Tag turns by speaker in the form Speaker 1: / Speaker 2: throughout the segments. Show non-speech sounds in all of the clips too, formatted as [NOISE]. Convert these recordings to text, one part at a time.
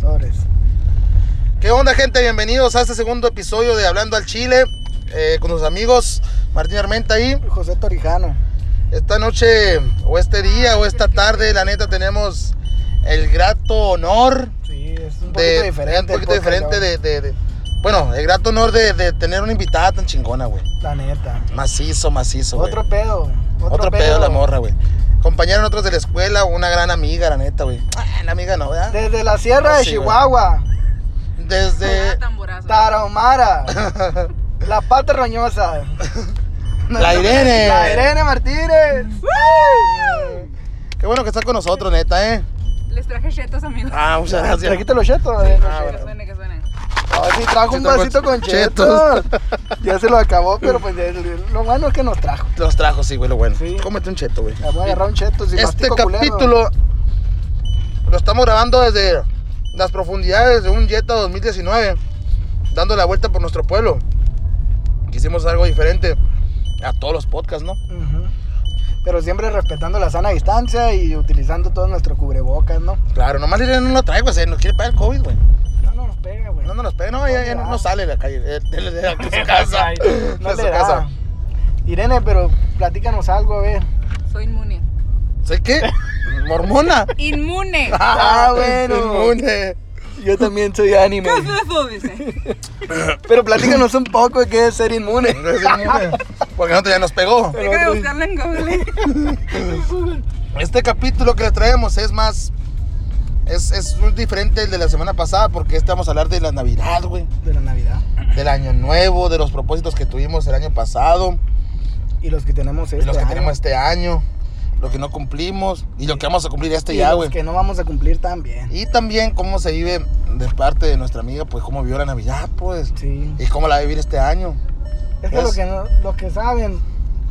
Speaker 1: señores.
Speaker 2: ¿Qué onda, gente? Bienvenidos a este segundo episodio de Hablando al Chile eh, con sus amigos Martín Armenta y
Speaker 1: José Torijano.
Speaker 2: esta noche, o este día, o esta tarde, la neta, tenemos el grato honor
Speaker 1: Sí, es un poquito
Speaker 2: de.
Speaker 1: diferente.
Speaker 2: un
Speaker 1: el
Speaker 2: poquito
Speaker 1: podcast,
Speaker 2: diferente
Speaker 1: ¿no?
Speaker 2: de, de- de- Bueno, el grato honor de, de tener una invitada tan chingona, güey.
Speaker 1: La neta.
Speaker 2: Macizo, macizo. güey.
Speaker 1: Otro pedo. Otro,
Speaker 2: Otro pedo la morra, güey. Compañeros otros de la escuela, una gran amiga, la neta, güey. Ah, la amiga no, ¿verdad?
Speaker 1: Desde la sierra
Speaker 2: Ah,
Speaker 1: de
Speaker 2: sí, güey.
Speaker 1: Chihuahua, [LAUGHS]
Speaker 2: Desde
Speaker 3: Ah,
Speaker 2: [LAUGHS]
Speaker 3: tamborazo.
Speaker 1: Tarahumara, La Pata Roñosa.
Speaker 2: la
Speaker 1: [LAUGHS]
Speaker 2: Irene.
Speaker 1: La Irene Martínez.
Speaker 2: Qué bueno que está con nosotros, neta, ¿eh?
Speaker 3: Les traje chetos, amigos.
Speaker 2: Ah, muchas gracias.
Speaker 1: Trajiste los chetos.
Speaker 3: Sí,
Speaker 1: eh.
Speaker 2: ah,
Speaker 3: que
Speaker 2: bueno.
Speaker 3: suene, que suene.
Speaker 1: Ay, sí, trajo un
Speaker 2: Chetos con
Speaker 1: vasito con
Speaker 2: chetos.
Speaker 1: chetos.
Speaker 2: [LAUGHS]
Speaker 1: ya se lo acabó, pero pues ya- lo bueno es que nos trajo.
Speaker 2: Los trajo, sí, güey, lo bueno.
Speaker 1: Sí.
Speaker 2: Cómete un cheto, güey.
Speaker 1: Ya Voy a agarrar un cheto. si
Speaker 2: Este
Speaker 1: mastico culero.
Speaker 2: capítulo lo estamos grabando desde las profundidades de un Jetta 2019, dando la vuelta por nuestro pueblo. Quisimos algo diferente a todos los podcasts, ¿no?
Speaker 1: Ujú. Pero siempre respetando la sana distancia y utilizando todo nuestro cubrebocas, ¿no?
Speaker 2: Claro, nomás Irene no lo trae, güey, se nos quiere pagar el COVID, güey.
Speaker 1: No, no nos pega, güey. [LAUGHS]
Speaker 2: No, no nos pega, no, ella, ella no, no sale de la calle, de, de- de- de [LAUGHS] su casa. De
Speaker 1: No
Speaker 2: su
Speaker 1: le da.
Speaker 2: casa.
Speaker 1: Irene, pero platícanos algo, a ver.
Speaker 3: Soy inmune.
Speaker 2: ¿Sabes qué? [LAUGHS] Mormona.
Speaker 3: ¡Inmune!
Speaker 1: [LAUGHS] Ah, bueno.
Speaker 2: [LAUGHS] Inmune.
Speaker 1: Yo también soy anime.
Speaker 3: ¿Qué es eso? Dice.
Speaker 1: Pero platícanos un poco de qué es ser inmune.
Speaker 2: No es inmune, Porque nosotros ya nos pegó.
Speaker 3: Deja de buscarla en Google.
Speaker 2: Este capítulo que les traemos es más. Es, es muy diferente el de la semana pasada porque este vamos a hablar de la Navidad, güey.
Speaker 1: De la Navidad.
Speaker 2: Del año nuevo, de los propósitos que tuvimos el año pasado,
Speaker 1: Y los que tenemos
Speaker 2: de
Speaker 1: este
Speaker 2: los que
Speaker 1: año.
Speaker 2: tenemos este año, lo que no cumplimos y lo que vamos a cumplir este
Speaker 1: Y
Speaker 2: ya,
Speaker 1: los
Speaker 2: güey.
Speaker 1: que no vamos a cumplir también.
Speaker 2: Y también cómo se vive de parte de nuestra amiga, pues cómo vivió la Navidad, pues.
Speaker 1: Sí.
Speaker 2: Y cómo la va a vivir este año.
Speaker 1: Es que
Speaker 2: Es-
Speaker 1: lo que, no- lo que saben,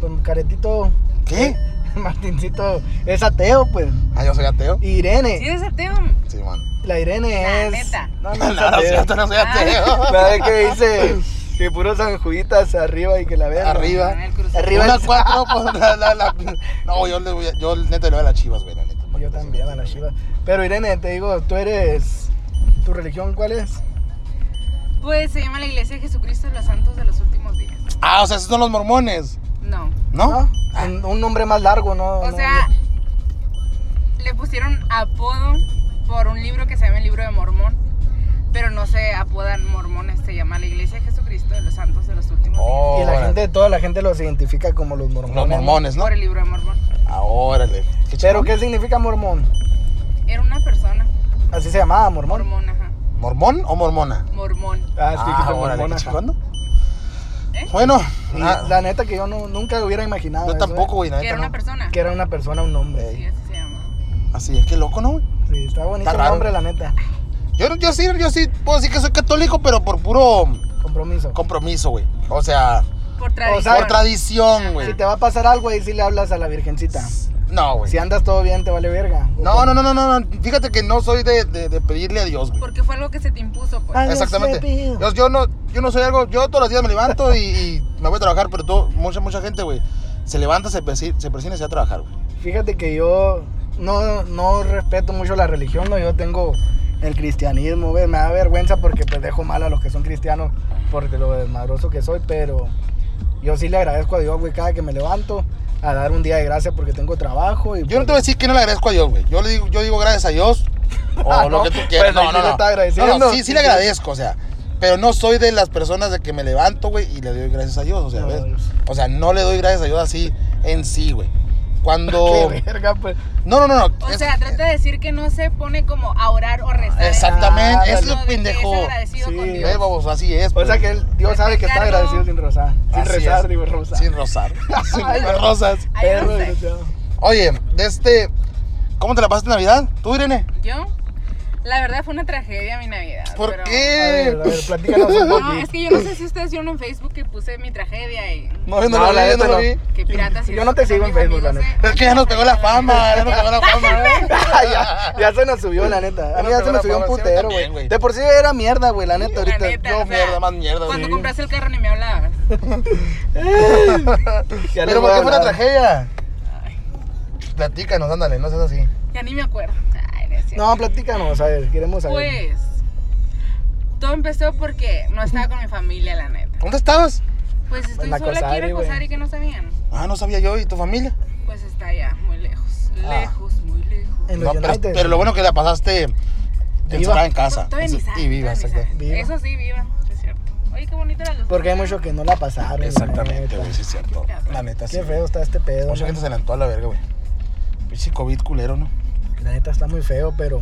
Speaker 1: don Caretito, [LAUGHS]
Speaker 2: ¿Qué?
Speaker 1: Martincito, es ateo, pues.
Speaker 2: Ah, yo soy ateo.
Speaker 1: Y Irene.
Speaker 3: [LAUGHS] ¿Sí eres ateo?
Speaker 2: Sí, man.
Speaker 1: La Irene
Speaker 3: La
Speaker 1: es.
Speaker 3: neta.
Speaker 1: No, no, [LAUGHS]
Speaker 2: [LAUGHS] No,
Speaker 1: es
Speaker 2: no,
Speaker 1: ateo.
Speaker 2: cierto, no soy ateo.
Speaker 1: La vez que dice que puros sanjuitas arriba y que la vean.
Speaker 2: Arriba.
Speaker 3: En el crucero.
Speaker 1: Arriba [LAUGHS]
Speaker 2: Una
Speaker 1: el-
Speaker 2: cuatro por la, la- la- No, yo le voy a, yo neta le voy a las chivas, güey, la neta. pues,
Speaker 1: Yo también a la Shiva. Pero Irene, te digo, tú eres. ¿Tu religión cuál es?
Speaker 3: Pues se llama la Iglesia de Jesucristo de los Santos de los Últimos Días.
Speaker 2: Ah, o sea, esos son los mormones,
Speaker 3: No.
Speaker 2: ¿no? Ah.
Speaker 1: ¿No? Un, un nombre más largo, ¿no?
Speaker 3: O
Speaker 1: no-
Speaker 3: sea, le pusieron apodo por un libro que se llama el libro de Mormón. Pero no se apodan mormones, se llama la Iglesia de Jesucristo de los Santos de los Últimos
Speaker 2: Oh,
Speaker 1: y la
Speaker 2: órale.
Speaker 1: gente, toda la gente los identifica como los mormones.
Speaker 2: Los mormones,
Speaker 3: Días.
Speaker 2: ¿no?
Speaker 3: Por el libro de Mormón.
Speaker 2: Ah, órale. Qué
Speaker 1: ¿Pero
Speaker 2: chingón.
Speaker 1: qué significa mormón?
Speaker 3: Era una persona.
Speaker 1: Así se llamaba, mormón.
Speaker 3: Mormón, ajá.
Speaker 2: ¿Mormón o mormona?
Speaker 3: Mormón.
Speaker 1: Ah, sí, que
Speaker 2: Ah,
Speaker 1: te
Speaker 2: órale,
Speaker 1: mormona.
Speaker 2: qué chingón, ¿no?
Speaker 3: ¿Eh?
Speaker 2: Bueno,
Speaker 1: Y
Speaker 2: ah,
Speaker 1: La neta que yo no, nunca hubiera imaginado.
Speaker 2: yo
Speaker 1: eso,
Speaker 2: tampoco, güey, la
Speaker 3: Que
Speaker 2: neta,
Speaker 3: era una
Speaker 2: no.
Speaker 3: persona.
Speaker 1: ¿eh? Que era una persona, un hombre.
Speaker 3: Sí, así se llama.
Speaker 2: Así es, qué loco, ¿no, güey?
Speaker 1: Sí, está bonito
Speaker 2: Está
Speaker 1: el
Speaker 2: raro.
Speaker 1: nombre, la neta.
Speaker 2: Yo, yo sí, yo sí puedo decir que soy católico, pero por puro
Speaker 1: Compromiso.
Speaker 2: compromiso, güey. O sea,
Speaker 3: Por tradición.
Speaker 1: sea,
Speaker 2: por tradición,
Speaker 1: Si
Speaker 2: güey.
Speaker 1: te va a pasar algo ahí, sí le hablas a la virgencita.
Speaker 2: No, güey.
Speaker 1: Si andas todo bien, te vale verga.
Speaker 2: No, no, no, no, no, no. Fíjate que no soy de, de- de pedirle a Dios, güey.
Speaker 3: Porque fue algo que se te impuso, pues.
Speaker 1: Ah, Dios
Speaker 2: Exactamente.
Speaker 1: te pido.
Speaker 2: Yo, yo no, yo no soy algo. Yo todos los días me levanto y, y me voy a trabajar, pero todo- mucha, mucha gente, güey, se levanta, se, presi- se persina y se va a trabajar, güey.
Speaker 1: Fíjate que yo no, no respeto mucho la religión, ¿no? yo tengo el cristianismo, güey, me da vergüenza porque pues dejo mal a los que son cristianos por de lo desmadroso que soy, pero yo sí le agradezco a Dios, güey, cada que me levanto a dar un día de gracias porque tengo trabajo y pues,
Speaker 2: Yo no te voy a decir que no le agradezco a Dios, güey. Yo le digo, yo digo gracias a Dios o
Speaker 1: Ah,
Speaker 2: lo
Speaker 1: no,
Speaker 2: que tú quieras.
Speaker 1: pues
Speaker 2: No,
Speaker 1: ahí
Speaker 2: no,
Speaker 1: sí le
Speaker 2: no.
Speaker 1: está agradeciendo.
Speaker 2: No, no, sí, sí le
Speaker 1: Sí, sí.
Speaker 2: agradezco, o sea. Pero no soy de las personas de que me levanto, güey, y le doy gracias a Dios, o sea,
Speaker 1: No,
Speaker 2: ¿ves?
Speaker 1: es-
Speaker 2: O sea, no le doy gracias a Dios así en sí, güey.
Speaker 1: [LAUGHS]
Speaker 2: Cuando...
Speaker 1: Qué verga, pues.
Speaker 2: No, no, no, no.
Speaker 3: O
Speaker 2: es-
Speaker 3: sea, trata de decir que no se pone como a orar o rezar.
Speaker 2: Exactamente,
Speaker 1: Ah,
Speaker 2: es
Speaker 3: Sino
Speaker 2: lo
Speaker 3: de que
Speaker 2: pendejo.
Speaker 3: Es agradecido
Speaker 1: Sí,
Speaker 3: con
Speaker 2: Eh,
Speaker 3: Dios.
Speaker 2: baboso, así es.
Speaker 1: O
Speaker 2: pues.
Speaker 1: sea que el- Dios sabe que está
Speaker 3: Recargo.
Speaker 1: agradecido sin rozar, sin
Speaker 2: Así
Speaker 1: rezar,
Speaker 2: es.
Speaker 1: digo rozar.
Speaker 2: Sin
Speaker 1: [LAUGHS]
Speaker 2: rozar. Sin rosas.
Speaker 3: Ay, no
Speaker 1: Perro
Speaker 3: sé.
Speaker 1: desgraciado.
Speaker 2: Oye, de este. ¿Cómo te la pasaste en Navidad? ¿Tú, Irene?
Speaker 3: Yo, la verdad fue una tragedia mi Navidad.
Speaker 2: ¿Por
Speaker 3: pero-
Speaker 1: A
Speaker 2: qué?
Speaker 1: ver, a ver, platícanos
Speaker 3: [LAUGHS]
Speaker 1: un
Speaker 3: No, es
Speaker 1: poquito.
Speaker 3: que yo no sé si ustedes vieron en Facebook que puse mi tragedia y.
Speaker 2: No, yo no,
Speaker 1: No,
Speaker 2: lo
Speaker 1: la
Speaker 2: vi,
Speaker 1: neta
Speaker 2: yo no lo
Speaker 1: no.
Speaker 2: vi.
Speaker 3: Que piratas. y
Speaker 1: Yo no te
Speaker 3: eso,
Speaker 1: sigo en
Speaker 3: mis
Speaker 1: Facebook, la
Speaker 3: amigos,
Speaker 1: neta.
Speaker 3: eh.
Speaker 2: Es que ya nos pegó la fama, ya nos pegó
Speaker 3: [LAUGHS]
Speaker 2: la fama.
Speaker 1: [LAUGHS] ya, ya se nos subió, la neta. A mí
Speaker 2: Yo no
Speaker 1: ya se
Speaker 2: creo la
Speaker 1: me subió un
Speaker 2: población
Speaker 1: putero,
Speaker 2: también, güey.
Speaker 1: güey. De por sí era mierda, güey, la neta,
Speaker 3: La
Speaker 1: ahorita.
Speaker 3: neta,
Speaker 2: yo
Speaker 3: o sea,
Speaker 2: mierda, más mierda,
Speaker 3: Cuando
Speaker 2: sí.
Speaker 3: compraste el carro ni me hablabas.
Speaker 1: Ya les
Speaker 2: Pero
Speaker 1: voy
Speaker 2: ¿por
Speaker 1: a
Speaker 2: qué fue una
Speaker 1: hablar.
Speaker 2: tragedia? Platícanos, ándale, no seas así.
Speaker 3: Ya ni me acuerdo. Ay, no es cierto.
Speaker 1: No, platícanos, a ver, queremos saber.
Speaker 3: Pues, Todo empezó porque no estaba con mi familia, la neta.
Speaker 2: ¿Dónde estabas?
Speaker 3: Pues estoy
Speaker 1: En la
Speaker 3: sola aquí
Speaker 1: Cosari,
Speaker 3: en
Speaker 1: güey.
Speaker 3: acosar y que no sabían.
Speaker 2: Ah, no sabía yo. ¿Y tu familia?
Speaker 3: Pues está allá, muy lejos.
Speaker 2: Ah.
Speaker 3: Lejos, muy lejos.
Speaker 1: En
Speaker 2: No,
Speaker 1: los
Speaker 2: pero,
Speaker 1: United.
Speaker 2: pero lo bueno que la pasaste encerrada en casa.
Speaker 3: Todavía ni
Speaker 2: Eso-
Speaker 3: sabe,
Speaker 2: y viva,
Speaker 3: todavía ni
Speaker 2: exacto.
Speaker 3: sabe.
Speaker 1: Viva.
Speaker 3: Eso sí, viva, es cierto. Oye, qué bonita la luz.
Speaker 1: Porque hay muchos que no la pasaron. la
Speaker 2: Exactamente,
Speaker 1: neta.
Speaker 2: güey, sí es cierto. La neta, sí.
Speaker 1: Qué feo está este pedo.
Speaker 2: Mucha
Speaker 1: ¿no?
Speaker 2: gente se adelantó a la verga, güey. Pinche COVID culero, ¿no?
Speaker 1: La neta está muy feo, pero.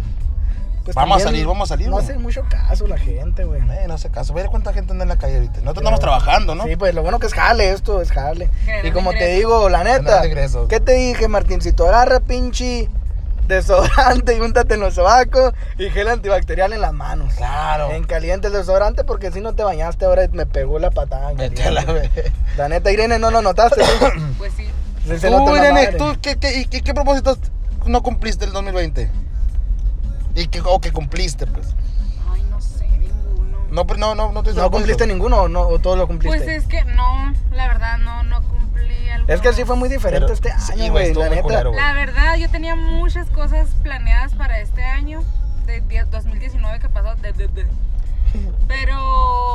Speaker 1: pues
Speaker 2: Vamos a
Speaker 1: también
Speaker 2: salir, vamos a salir,
Speaker 1: No
Speaker 2: güey.
Speaker 1: hace mucho caso la gente, güey.
Speaker 2: Eh, no sé caso. Ve cuánta gente anda en la calle ahorita. Nosotros estamos
Speaker 1: Pero-
Speaker 2: trabajando, ¿no?
Speaker 1: Sí, pues lo bueno que es jale esto, es jale.
Speaker 3: Generar
Speaker 1: Y como te
Speaker 3: ingresos.
Speaker 1: digo, la neta,
Speaker 2: Generar ingresos.
Speaker 1: ¿qué te dije, Martín? Si tú agarras pinche desodorante y úntate en los sobacos y gel antibacterial en las manos.
Speaker 2: Claro.
Speaker 1: En caliente el desodorante porque si no te bañaste ahora me pegó la patada. en
Speaker 2: Vete a la
Speaker 1: caliente.
Speaker 2: verga.
Speaker 1: La neta, Irene, no lo notaste.
Speaker 2: [COUGHS]
Speaker 1: ¿sí?
Speaker 3: Pues sí.
Speaker 1: Se- se nota
Speaker 2: Tú,
Speaker 1: en la
Speaker 2: Irene,
Speaker 1: madre.
Speaker 2: ¿tú qué, qué, y qué, qué propósitos no cumpliste el 2020? ¿Y qué, o que cumpliste, pues?
Speaker 3: Ay, no sé, ninguno.
Speaker 2: No, pero no, no, no te
Speaker 1: ¿No cumpliste ninguno o, no, o todo lo cumpliste?
Speaker 3: Pues es que no, la verdad, no, no cumplí algo.
Speaker 1: Es que sí fue muy diferente
Speaker 2: Pero-
Speaker 1: este
Speaker 2: sí,
Speaker 1: año,
Speaker 2: güey,
Speaker 1: güey.
Speaker 2: estuvo
Speaker 1: la
Speaker 2: muy
Speaker 1: neta.
Speaker 2: culero, güey.
Speaker 3: La verdad, yo tenía muchas cosas planeadas para este año, de die- 2019 que pasó. de- de- de. Pero.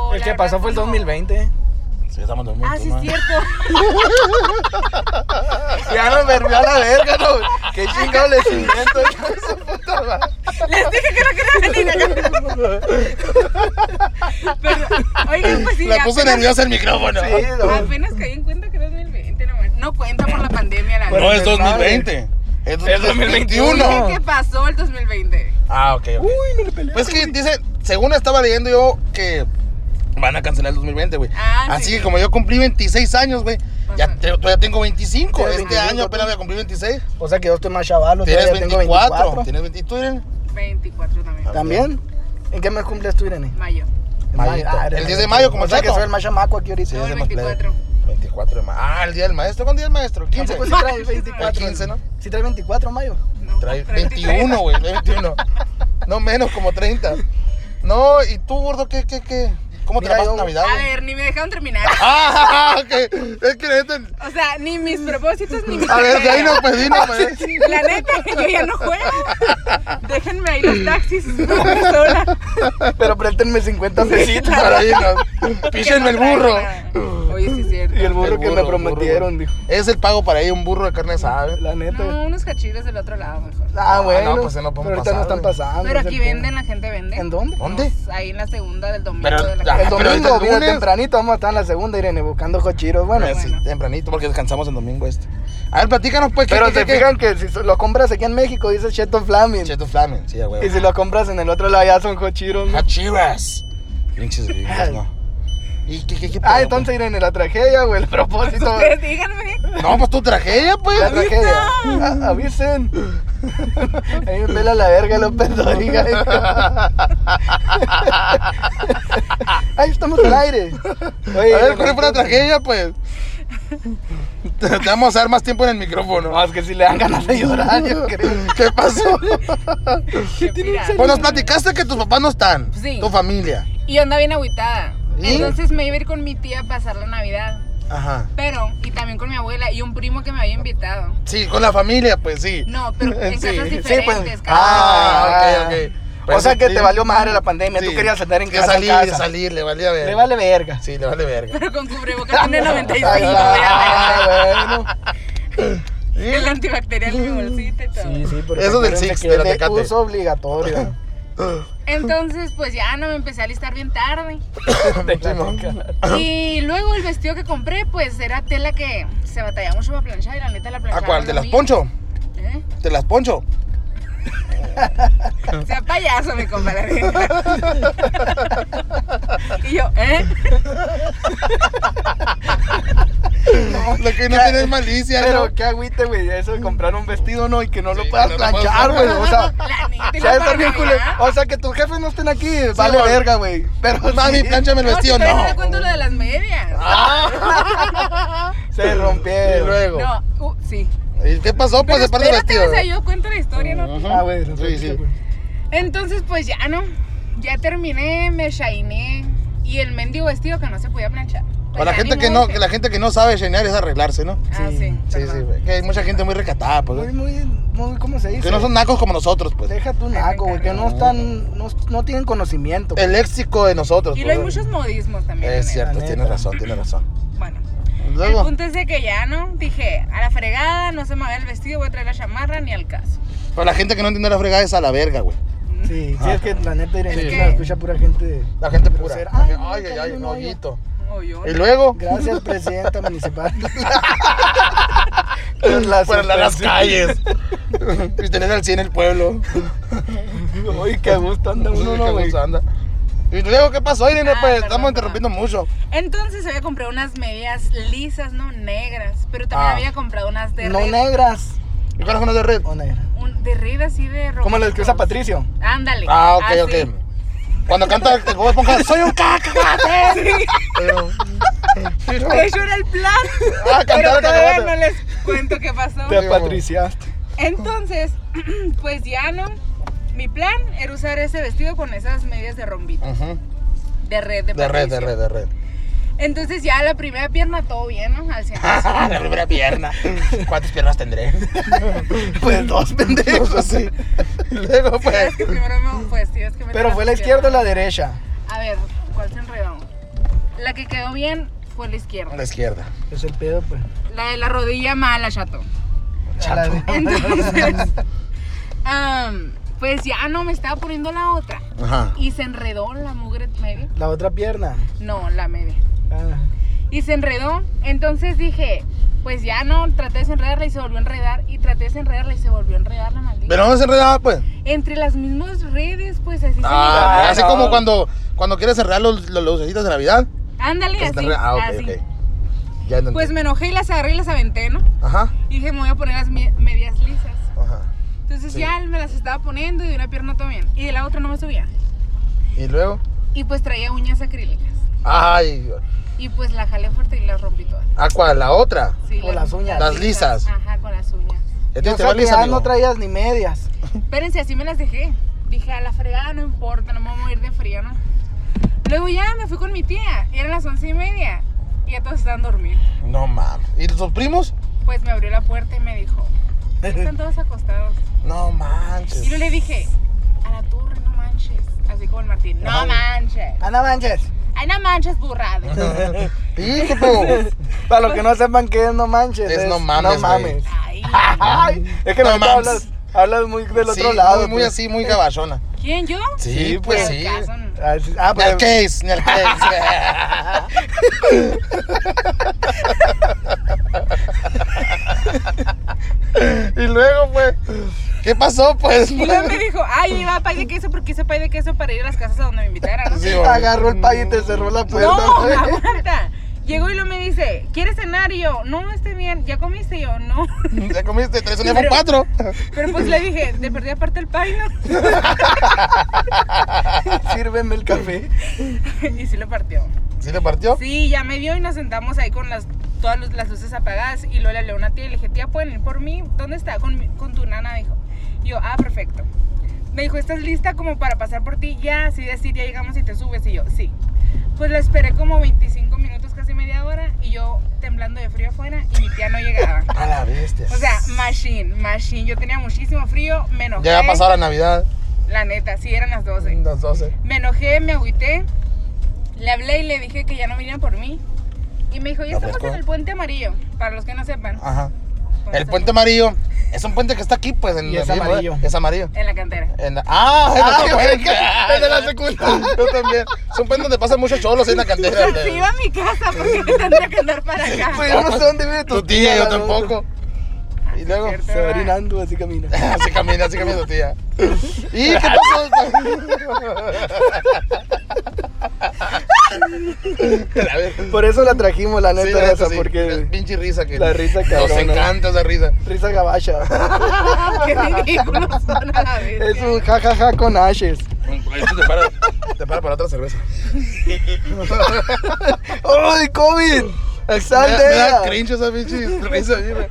Speaker 1: el
Speaker 3: Pues la
Speaker 1: que
Speaker 3: verdad,
Speaker 1: pasó fue el
Speaker 3: como-
Speaker 1: 2020.
Speaker 2: Sí, estamos en 2020,
Speaker 3: Ah, sí,
Speaker 2: ¿no?
Speaker 3: es cierto.
Speaker 1: Ya no me a la verga, no. Qué chingado les invento. hijo de su puta madre.
Speaker 3: Les dije que no quería venir. Pero, oigan, pues sí,
Speaker 2: La puse
Speaker 3: apenas-
Speaker 2: nerviosa el micrófono.
Speaker 1: Sí, no.
Speaker 3: Apenas caí en cuenta que era 2020, no, man. no cuenta por la pandemia, la
Speaker 1: Bueno,
Speaker 2: No
Speaker 3: verdad.
Speaker 2: es 2020. Es
Speaker 1: Es
Speaker 2: 2021.
Speaker 1: no.
Speaker 3: Dije que pasó el 2020.
Speaker 2: Ah, ok, ok.
Speaker 1: Uy, me le peleé.
Speaker 2: Pues que dice, según estaba leyendo yo, que van a cancelar el 2020, güey.
Speaker 3: Ah,
Speaker 2: Así
Speaker 3: sí.
Speaker 2: que como yo cumplí 26 años, güey, ya
Speaker 3: Ajá.
Speaker 2: te- todavía tengo 25.
Speaker 1: Tienes
Speaker 2: este
Speaker 1: 25,
Speaker 2: año apenas
Speaker 1: tú.
Speaker 2: voy a cumplir 26.
Speaker 1: O sea que yo estoy más chavalo,
Speaker 2: Tienes
Speaker 1: todavía tengo
Speaker 2: 24.
Speaker 1: 24.
Speaker 2: Tienes 20. ¿Y tú, Irene?
Speaker 3: 24 también.
Speaker 1: ¿También? ¿En qué mes cumples tú, Irene?
Speaker 3: Mayo.
Speaker 1: En
Speaker 2: Mayito.
Speaker 1: Ah, eres
Speaker 2: El 10 de mayo, como
Speaker 1: O sea
Speaker 2: el
Speaker 1: que
Speaker 2: chato.
Speaker 1: soy el más chamaco aquí ahorita.
Speaker 2: Sí,
Speaker 3: No,
Speaker 2: es
Speaker 3: el
Speaker 2: de más plebe.
Speaker 3: 24.
Speaker 2: 24 de mayo. Ah, el día del maestro. ¿Cuándo día del maestro? 15.
Speaker 1: Tampoco Pues sí trae 24.
Speaker 2: El 15, ¿no?
Speaker 1: Sí trae 24
Speaker 2: [LAUGHS]
Speaker 1: mayo.
Speaker 3: No,
Speaker 2: Trae
Speaker 3: 23.
Speaker 2: 21, güey. 21. No menos, como 30. No, ¿y tú, gordo, qué, qué, qué? ¿Cómo te
Speaker 1: Mira,
Speaker 2: la pasas
Speaker 1: yo-
Speaker 2: Navidad,
Speaker 3: A
Speaker 2: güey?
Speaker 3: ver, ni me dejaron terminar.
Speaker 2: Ah, [LAUGHS] ok. Es que la neta.
Speaker 3: O sea, ni mis
Speaker 2: [LAUGHS]
Speaker 3: propósitos ni mis.
Speaker 2: A ver, de ahí no,
Speaker 3: deseos.
Speaker 2: pues,
Speaker 3: [LAUGHS]
Speaker 2: dino, pues.
Speaker 3: La neta, [LAUGHS] que yo ya no juego. Déjenme ahí los taxis. [LAUGHS] Sola.
Speaker 1: Pero préstenme 50 pesitos.
Speaker 2: Para
Speaker 3: [LAUGHS]
Speaker 2: irnos. Píchenme el burro.
Speaker 3: Oye, sí es cierto.
Speaker 1: Y el burro que me
Speaker 2: burro,
Speaker 1: prometieron,
Speaker 2: güey.
Speaker 1: dijo.
Speaker 2: Es el pago para ella, un burro de carne asada.
Speaker 1: La neta.
Speaker 3: No, unos cachiros del otro lado mejor.
Speaker 1: Ah,
Speaker 2: Ah,
Speaker 1: bueno.
Speaker 2: no, pues, se no
Speaker 1: pero
Speaker 2: pueden
Speaker 1: ahorita
Speaker 2: pasar,
Speaker 1: no están
Speaker 2: güey.
Speaker 1: pasando.
Speaker 3: Pero
Speaker 1: es el
Speaker 3: aquí
Speaker 1: pedo.
Speaker 3: venden, ¿eh? la gente vende.
Speaker 1: ¿En dónde?
Speaker 2: ¿Dónde?
Speaker 3: Nos- ahí en la segunda del domingo.
Speaker 2: Pero-
Speaker 3: de la
Speaker 2: ah,
Speaker 1: El [LAUGHS]
Speaker 3: calle.
Speaker 2: pero ahorita
Speaker 1: domingo,
Speaker 2: el
Speaker 1: viene
Speaker 2: lunes. Ah,
Speaker 1: tempranito, vamos a estar en la segunda, Irene, buscando cochiros. Bueno,
Speaker 2: Así,
Speaker 3: bueno.
Speaker 2: tempranito, porque descansamos el domingo este. A ver, platícanos, pues. ¿qué-
Speaker 1: Pero
Speaker 2: qué-
Speaker 1: se
Speaker 2: qué-
Speaker 1: fijan que si so- lo compras aquí en México, dice Cheto Flaming.
Speaker 2: Cheto Flamen, sí, a huevo.
Speaker 1: Y si lo compras en el otro lado, ya son cochiros.
Speaker 2: Ah,
Speaker 1: ¿no? Ah,
Speaker 2: Hachivas. Pinches gringos, no. ¿Y qué, qué, qué pedo,
Speaker 1: Ah, entonces Irene, la tragedia, güey, el
Speaker 2: [LAUGHS]
Speaker 1: propósito. [LAUGHS]
Speaker 3: Ustedes díganme.
Speaker 2: pues? No, pues tu tragedia, pues.
Speaker 1: La tragedia. Ah, avisen. [LAUGHS] Ahí me pela la verga López Doriga. [LAUGHS] Ahí estamos al aire. Oye,
Speaker 2: a ver,
Speaker 1: Irene,
Speaker 2: ¿cuál fue la
Speaker 1: entonces-
Speaker 2: tragedia, pues? Te te vamos a dar más tiempo en el micrófono.
Speaker 1: No, es que si le dan ganas de llorar, yo creo.
Speaker 2: ¿Qué pasó?
Speaker 3: qué pirata.
Speaker 2: Pues nos platicaste que tus papás no están.
Speaker 3: Sí.
Speaker 2: Tu familia.
Speaker 3: Y yo andaba bien agüitada.
Speaker 2: ¿Y?
Speaker 3: Entonces me iba a ir con mi tía a pasar la Navidad.
Speaker 2: Ajá.
Speaker 3: Pero, y también con mi abuela y un primo que me había invitado.
Speaker 2: Sí, con la familia, pues sí.
Speaker 3: No,
Speaker 1: [LAUGHS]
Speaker 3: pero en
Speaker 2: Sí.
Speaker 3: casas
Speaker 2: Sí,
Speaker 1: pues,
Speaker 3: diferentes.
Speaker 2: Ah,
Speaker 3: cada-
Speaker 1: Ah,
Speaker 2: ok, ok.
Speaker 1: o sea que
Speaker 2: sí.
Speaker 1: te valió madre la pandemia,
Speaker 2: Sí.
Speaker 1: tú querías andar en
Speaker 2: Que
Speaker 1: casa. en
Speaker 2: salir,
Speaker 1: casa.
Speaker 2: salir, le valía verga.
Speaker 1: Le vale verga.
Speaker 2: Sí, le vale verga.
Speaker 3: [LAUGHS] Pero con cubrebocas
Speaker 1: [LAUGHS]
Speaker 3: tiene 95. obviamente.
Speaker 1: Ah,
Speaker 3: El antibacterial en mi bolsita y todo.
Speaker 1: bueno. Sí, sí, pero
Speaker 2: Eso del
Speaker 1: recuérdense
Speaker 2: Six,
Speaker 1: que
Speaker 2: de la
Speaker 1: es de
Speaker 2: Tecate.
Speaker 1: uso
Speaker 2: [LAUGHS]
Speaker 1: obligatorio.
Speaker 3: Entonces, pues ya no me empecé a listar bien tarde.
Speaker 1: De [LAUGHS] la
Speaker 2: Simón.
Speaker 1: Tecate.
Speaker 3: Y luego el vestido que compré, pues era tela que se batallaba mucho para planchar y la neta la
Speaker 2: ¿A
Speaker 3: planchaba.
Speaker 2: cuál? ¿Te las poncho?
Speaker 3: ¿Eh?
Speaker 2: ¿Te las poncho? Ah.
Speaker 3: Sea payaso, mi compa, la
Speaker 2: [LAUGHS]
Speaker 3: neta. y yo, ¿eh?
Speaker 2: Lo que no tienes malicia,
Speaker 1: Pero
Speaker 2: ¿no?
Speaker 1: qué agüite, güey, eso de comprar un vestido, ¿no? Y que no
Speaker 2: Sí,
Speaker 1: lo puedas
Speaker 2: que no lo
Speaker 1: planchar,
Speaker 2: puedas-
Speaker 1: güey. O
Speaker 2: [LAUGHS]
Speaker 1: sea,
Speaker 3: La neta,
Speaker 1: o sea,
Speaker 3: y la para
Speaker 1: estar bien
Speaker 2: ¿eh?
Speaker 1: culero.
Speaker 3: Navidad.
Speaker 1: O sea, que tus jefes no estén aquí, vale
Speaker 2: bueno.
Speaker 1: verga, güey. Pero
Speaker 2: [LAUGHS] Mami,
Speaker 1: sí,
Speaker 2: plánchame el vestido,
Speaker 3: no. si
Speaker 2: no.
Speaker 3: todavía No te
Speaker 2: Ah,
Speaker 3: cuento lo de las medias.
Speaker 1: se
Speaker 2: Y
Speaker 1: rompieron.
Speaker 2: luego.
Speaker 3: No, uh, sí.
Speaker 2: ¿Y qué pasó? Pues
Speaker 3: Pero
Speaker 2: de parte del
Speaker 3: espérate,
Speaker 2: vestido.
Speaker 3: o sea, yo cuento la historia, ¿no?
Speaker 2: Ujú.
Speaker 1: Ah, güey, se
Speaker 2: Sí, sí. pues.
Speaker 1: rompieron.
Speaker 3: Entonces, pues Pues ya no. Ya terminé, me shineé. Y el mendigo vestido que no se podía planchar.
Speaker 2: Para la gente que no, que la gente que no sabe llenar es arreglarse, ¿no?
Speaker 3: Ah,
Speaker 1: Sí,
Speaker 3: sí.
Speaker 2: Sí, sí,
Speaker 3: perdón.
Speaker 2: güey. Que hay mucha gente muy recatada, pues.
Speaker 1: Muy,
Speaker 2: güey.
Speaker 1: muy, muy, ¿cómo se dice?
Speaker 2: Que no son nacos como nosotros, pues.
Speaker 1: Deja tu naco, güey, que no
Speaker 2: No.
Speaker 1: están, no, no tienen conocimiento.
Speaker 2: El léxico de nosotros,
Speaker 3: Y
Speaker 2: pues,
Speaker 3: luego hay
Speaker 2: güey.
Speaker 3: muchos modismos
Speaker 2: Es
Speaker 3: también. en él.
Speaker 2: cierto,
Speaker 1: La
Speaker 2: tienes
Speaker 1: neta.
Speaker 2: razón, tienes razón.
Speaker 3: Bueno. El
Speaker 2: Luego,
Speaker 3: punto es de que ya, ¿no? Dije, a la fregada, no se me va el vestido, voy a traer la chamarra, ni al caso. Mm,
Speaker 2: para la gente que no entiende la fregada es a la verga, güey.
Speaker 1: Sí,
Speaker 2: Ah,
Speaker 1: sí, es que la neta
Speaker 3: Es
Speaker 1: Irene,
Speaker 3: que-
Speaker 1: la escucha pura gente.
Speaker 2: La gente pura.
Speaker 1: grosera.
Speaker 2: Ay,
Speaker 1: no,
Speaker 2: ay, ay,
Speaker 1: cayó
Speaker 2: un
Speaker 1: un hoyo.
Speaker 2: hoyito.
Speaker 3: O yo.
Speaker 2: Y luego, [LAUGHS]
Speaker 1: Gracias, presidenta municipal. Por la
Speaker 2: para las
Speaker 1: suspensión.
Speaker 2: calles. [LAUGHS] y tener al 100 el pueblo. Pues,
Speaker 1: Ay, qué gusto anda uno,
Speaker 2: Qué
Speaker 1: no, güey.
Speaker 2: gusto anda. Y luego, ¿qué pasó, Irene?
Speaker 3: Ah,
Speaker 2: pues
Speaker 3: perdón,
Speaker 2: estamos
Speaker 3: perdón.
Speaker 2: interrumpiendo mucho.
Speaker 3: Entonces había comprado unas medias lisas, ¿no? Negras. Pero también
Speaker 2: Ah.
Speaker 3: había comprado unas de
Speaker 1: No
Speaker 3: red.
Speaker 1: negras.
Speaker 2: ¿Y cuáles son las de red?
Speaker 1: O negras.
Speaker 3: un- de red así de rojo.
Speaker 1: Como las que usa Patricio.
Speaker 3: Ándale.
Speaker 2: Ah, ok, ok. [LAUGHS]
Speaker 3: así.
Speaker 2: Cuando canta el Bob Esponja, soy un cacahuate. Pero- pero-
Speaker 3: Ah, De hecho era el plan.
Speaker 2: Ah,
Speaker 3: pero
Speaker 2: cantaron
Speaker 3: todavía
Speaker 2: cacahuate.
Speaker 3: no les cuento qué pasó.
Speaker 1: Te
Speaker 2: Digo,
Speaker 1: apatriciaste.
Speaker 3: Entonces, [CLEARS THROAT] pues ya no. Mi plan era usar ese vestido con esas medias de rombito.
Speaker 2: Ujú.
Speaker 3: De red, de
Speaker 2: De red, de
Speaker 3: Patricio.
Speaker 2: red, de [LAUGHS] red.
Speaker 3: Entonces ya la primera pierna todo bien, ¿no? Al cien.
Speaker 2: [LAUGHS] la primera pierna. ¿Cuántas piernas tendré? [LAUGHS]
Speaker 1: Pues dos pendejos.
Speaker 2: así. Y luego, pues.
Speaker 3: Es que primero me pues, tienes que meter
Speaker 1: Pero fue la
Speaker 3: las
Speaker 1: izquierda o
Speaker 3: piernas.
Speaker 1: la derecha.
Speaker 3: A ver, ¿cuál se enredó? La que quedó bien fue la izquierda.
Speaker 2: A la izquierda.
Speaker 1: Es el pedo, pues.
Speaker 3: La de la rodilla mala, chato.
Speaker 1: Chato. [LAUGHS]
Speaker 3: Entonces, am, pues ya no me estaba poniendo la otra.
Speaker 2: Ajá.
Speaker 3: Y se enredó la mugre media.
Speaker 1: La otra pierna.
Speaker 3: No, la media.
Speaker 1: Ah,
Speaker 3: Y se enredó. Entonces dije, pues ya no, traté de desenredarla y se volvió a enredar. Y traté de desenredarla y se volvió a enredar la maldita.
Speaker 2: Pero no se enredaba, pues.
Speaker 3: Entre las mismas redes, pues así
Speaker 2: Ah,
Speaker 1: no.
Speaker 2: así como cuando, cuando quieres enredar los, los lucecitos de Navidad.
Speaker 3: se me Ándale,
Speaker 2: que se te
Speaker 3: así.
Speaker 2: enreda- Ah, ok,
Speaker 3: así.
Speaker 2: ok. Ya entendí.
Speaker 3: Pues me enojé y las agarré y las aventé, ¿no?
Speaker 2: Ajá.
Speaker 3: Y dije, me voy a poner las mi- medias lisas.
Speaker 2: Ajá.
Speaker 3: Entonces
Speaker 2: Sí.
Speaker 3: ya me las estaba poniendo y de una pierna todo bien. Y de la otra no me subía.
Speaker 2: Y luego.
Speaker 3: Y pues traía uñas acrílicas.
Speaker 2: Ay.
Speaker 3: Y pues la jalé fuerte y las rompí todas.
Speaker 2: ¿A cuál? ¿La otra?
Speaker 3: Sí,
Speaker 1: Con las uñas.
Speaker 2: Las lisas.
Speaker 3: Ajá, con las uñas.
Speaker 2: Este
Speaker 1: Yo
Speaker 2: te
Speaker 1: sé
Speaker 2: va
Speaker 1: que
Speaker 2: lisa,
Speaker 1: ya
Speaker 2: amigo.
Speaker 1: no traías ni medias.
Speaker 3: Espérense, así me las dejé. Dije, a la fregada no importa, no me voy a morir de frío, ¿no? Luego ya me fui con mi tía. Eran las once y media. Y ya todos estaban dormidos.
Speaker 2: No mames. ¿Y tus primos?
Speaker 3: Pues me abrió la puerta y me dijo, están todos acostados.
Speaker 2: No manches.
Speaker 3: Y yo le dije, a la torre, no manches. Así como el Martín, no
Speaker 2: Ay.
Speaker 3: manches.
Speaker 1: Ana Ah, Manches.
Speaker 3: Ay, no manches, burrada.
Speaker 2: Hijo,
Speaker 1: [LAUGHS]
Speaker 2: pero-
Speaker 1: Para los que no sepan qué es no manches.
Speaker 2: Es no mames,
Speaker 1: No mames.
Speaker 3: Ay,
Speaker 1: Ay, es que
Speaker 2: No
Speaker 1: no
Speaker 2: mames.
Speaker 1: hablas, hablas muy del otro
Speaker 2: Sí,
Speaker 1: lado. pues.
Speaker 2: Muy, muy
Speaker 1: tío.
Speaker 2: así, muy gabachona.
Speaker 3: ¿quién yo?
Speaker 2: Sí, pues
Speaker 3: Ni
Speaker 2: sí.
Speaker 3: al caso, no.
Speaker 1: Ah, sí. Ah,
Speaker 2: Ni al
Speaker 1: pues, [LAUGHS]
Speaker 2: case, ni al case. y luego, pues, ¿qué pasó, pues?
Speaker 3: Y luego me dijo, ay, yo iba a pay de queso porque hice pay de queso para ir a las casas a donde me invitaran.
Speaker 2: [LAUGHS]
Speaker 3: ¿no? [LAUGHS]
Speaker 2: Sí, güey.
Speaker 1: agarró el payo y te cerró la puerta. [LAUGHS]
Speaker 3: No,
Speaker 1: güey.
Speaker 3: [LAUGHS] aguanta. Llegó y lo me dice, ¿quieres cenar? Y yo, no, estoy bien. ¿Ya comiste? Y yo, no. [LAUGHS]
Speaker 2: ¿Ya comiste tres un
Speaker 3: Pero- [LAUGHS]
Speaker 2: cuatro?
Speaker 3: Pero pues le dije, te perdí aparte el pay, ¿no? [LAUGHS]
Speaker 1: Sírveme el café.
Speaker 3: Y sí lo partió.
Speaker 2: ¿Sí le partió?
Speaker 3: Sí, ya me vio y nos sentamos ahí con las, todas lu- las luces apagadas. Y luego le hablé a una tía y le dije, tía, ¿pueden ir por mí? ¿Dónde está? Con, mi- con tu nana, dijo. Y yo, ah, perfecto. Me dijo, ¿estás lista como para pasar por ti? Ya, así decir, ya llegamos y te subes. Y yo, sí. Pues la esperé como 25 minutos, casi media hora. Y yo temblando de frío afuera y mi tía no llegaba.
Speaker 2: A la bestia.
Speaker 3: O sea, machine, machine. Yo tenía muchísimo frío, me enojé.
Speaker 2: ya ha pasado la Navidad.
Speaker 3: La neta, sí, eran las 12.
Speaker 2: Las 12.
Speaker 3: Me enojé, me agüité. Le hablé y le dije que ya no vinieran por mí. Y me dijo, ya
Speaker 2: ¿La
Speaker 3: estamos
Speaker 2: frescó?
Speaker 3: en el puente amarillo, para los que no sepan. Pues,
Speaker 2: Ajá.
Speaker 3: Por
Speaker 2: Ah, El
Speaker 3: eso-
Speaker 2: puente amarillo es un puente que está aquí, pues. En
Speaker 1: Y es
Speaker 2: el mismo-
Speaker 1: amarillo.
Speaker 2: Es amarillo.
Speaker 3: En la cantera.
Speaker 2: En la- ¡Ah! en
Speaker 1: Ah,
Speaker 2: otro
Speaker 1: güey,
Speaker 2: puente.
Speaker 1: que- el de la secundaria.
Speaker 2: [LAUGHS] Yo también. Es un puente donde pasan muchos cholos ahí en la
Speaker 3: O
Speaker 2: cantera.
Speaker 3: sea, se iba a mi casa porque tendría que andar para acá.
Speaker 1: Pues yo no sé dónde vive tu,
Speaker 2: Tu tía, yo
Speaker 1: la neta.
Speaker 2: tampoco. Y luego
Speaker 3: cierto.
Speaker 1: Se va orinando, así camina.
Speaker 2: así camina, así camina tu tía. ¿Y qué pasó? La vez-
Speaker 1: Por eso la trajimos, la neta,
Speaker 2: Sí, la neta,
Speaker 1: esa,
Speaker 2: sí.
Speaker 1: porque
Speaker 2: pinche risa que
Speaker 1: la risa
Speaker 2: nos
Speaker 1: cabrona.
Speaker 2: encanta esa risa.
Speaker 1: risa gabacha.
Speaker 3: [LAUGHS] Qué ridículos son a la vez.
Speaker 1: Es un jajaja con ashes.
Speaker 2: Esto te para, te para para otra cerveza.
Speaker 1: ¡Ay, COVID!
Speaker 2: Me da- me da
Speaker 1: ¡Salte!
Speaker 2: cringe esa pinche risa. mira.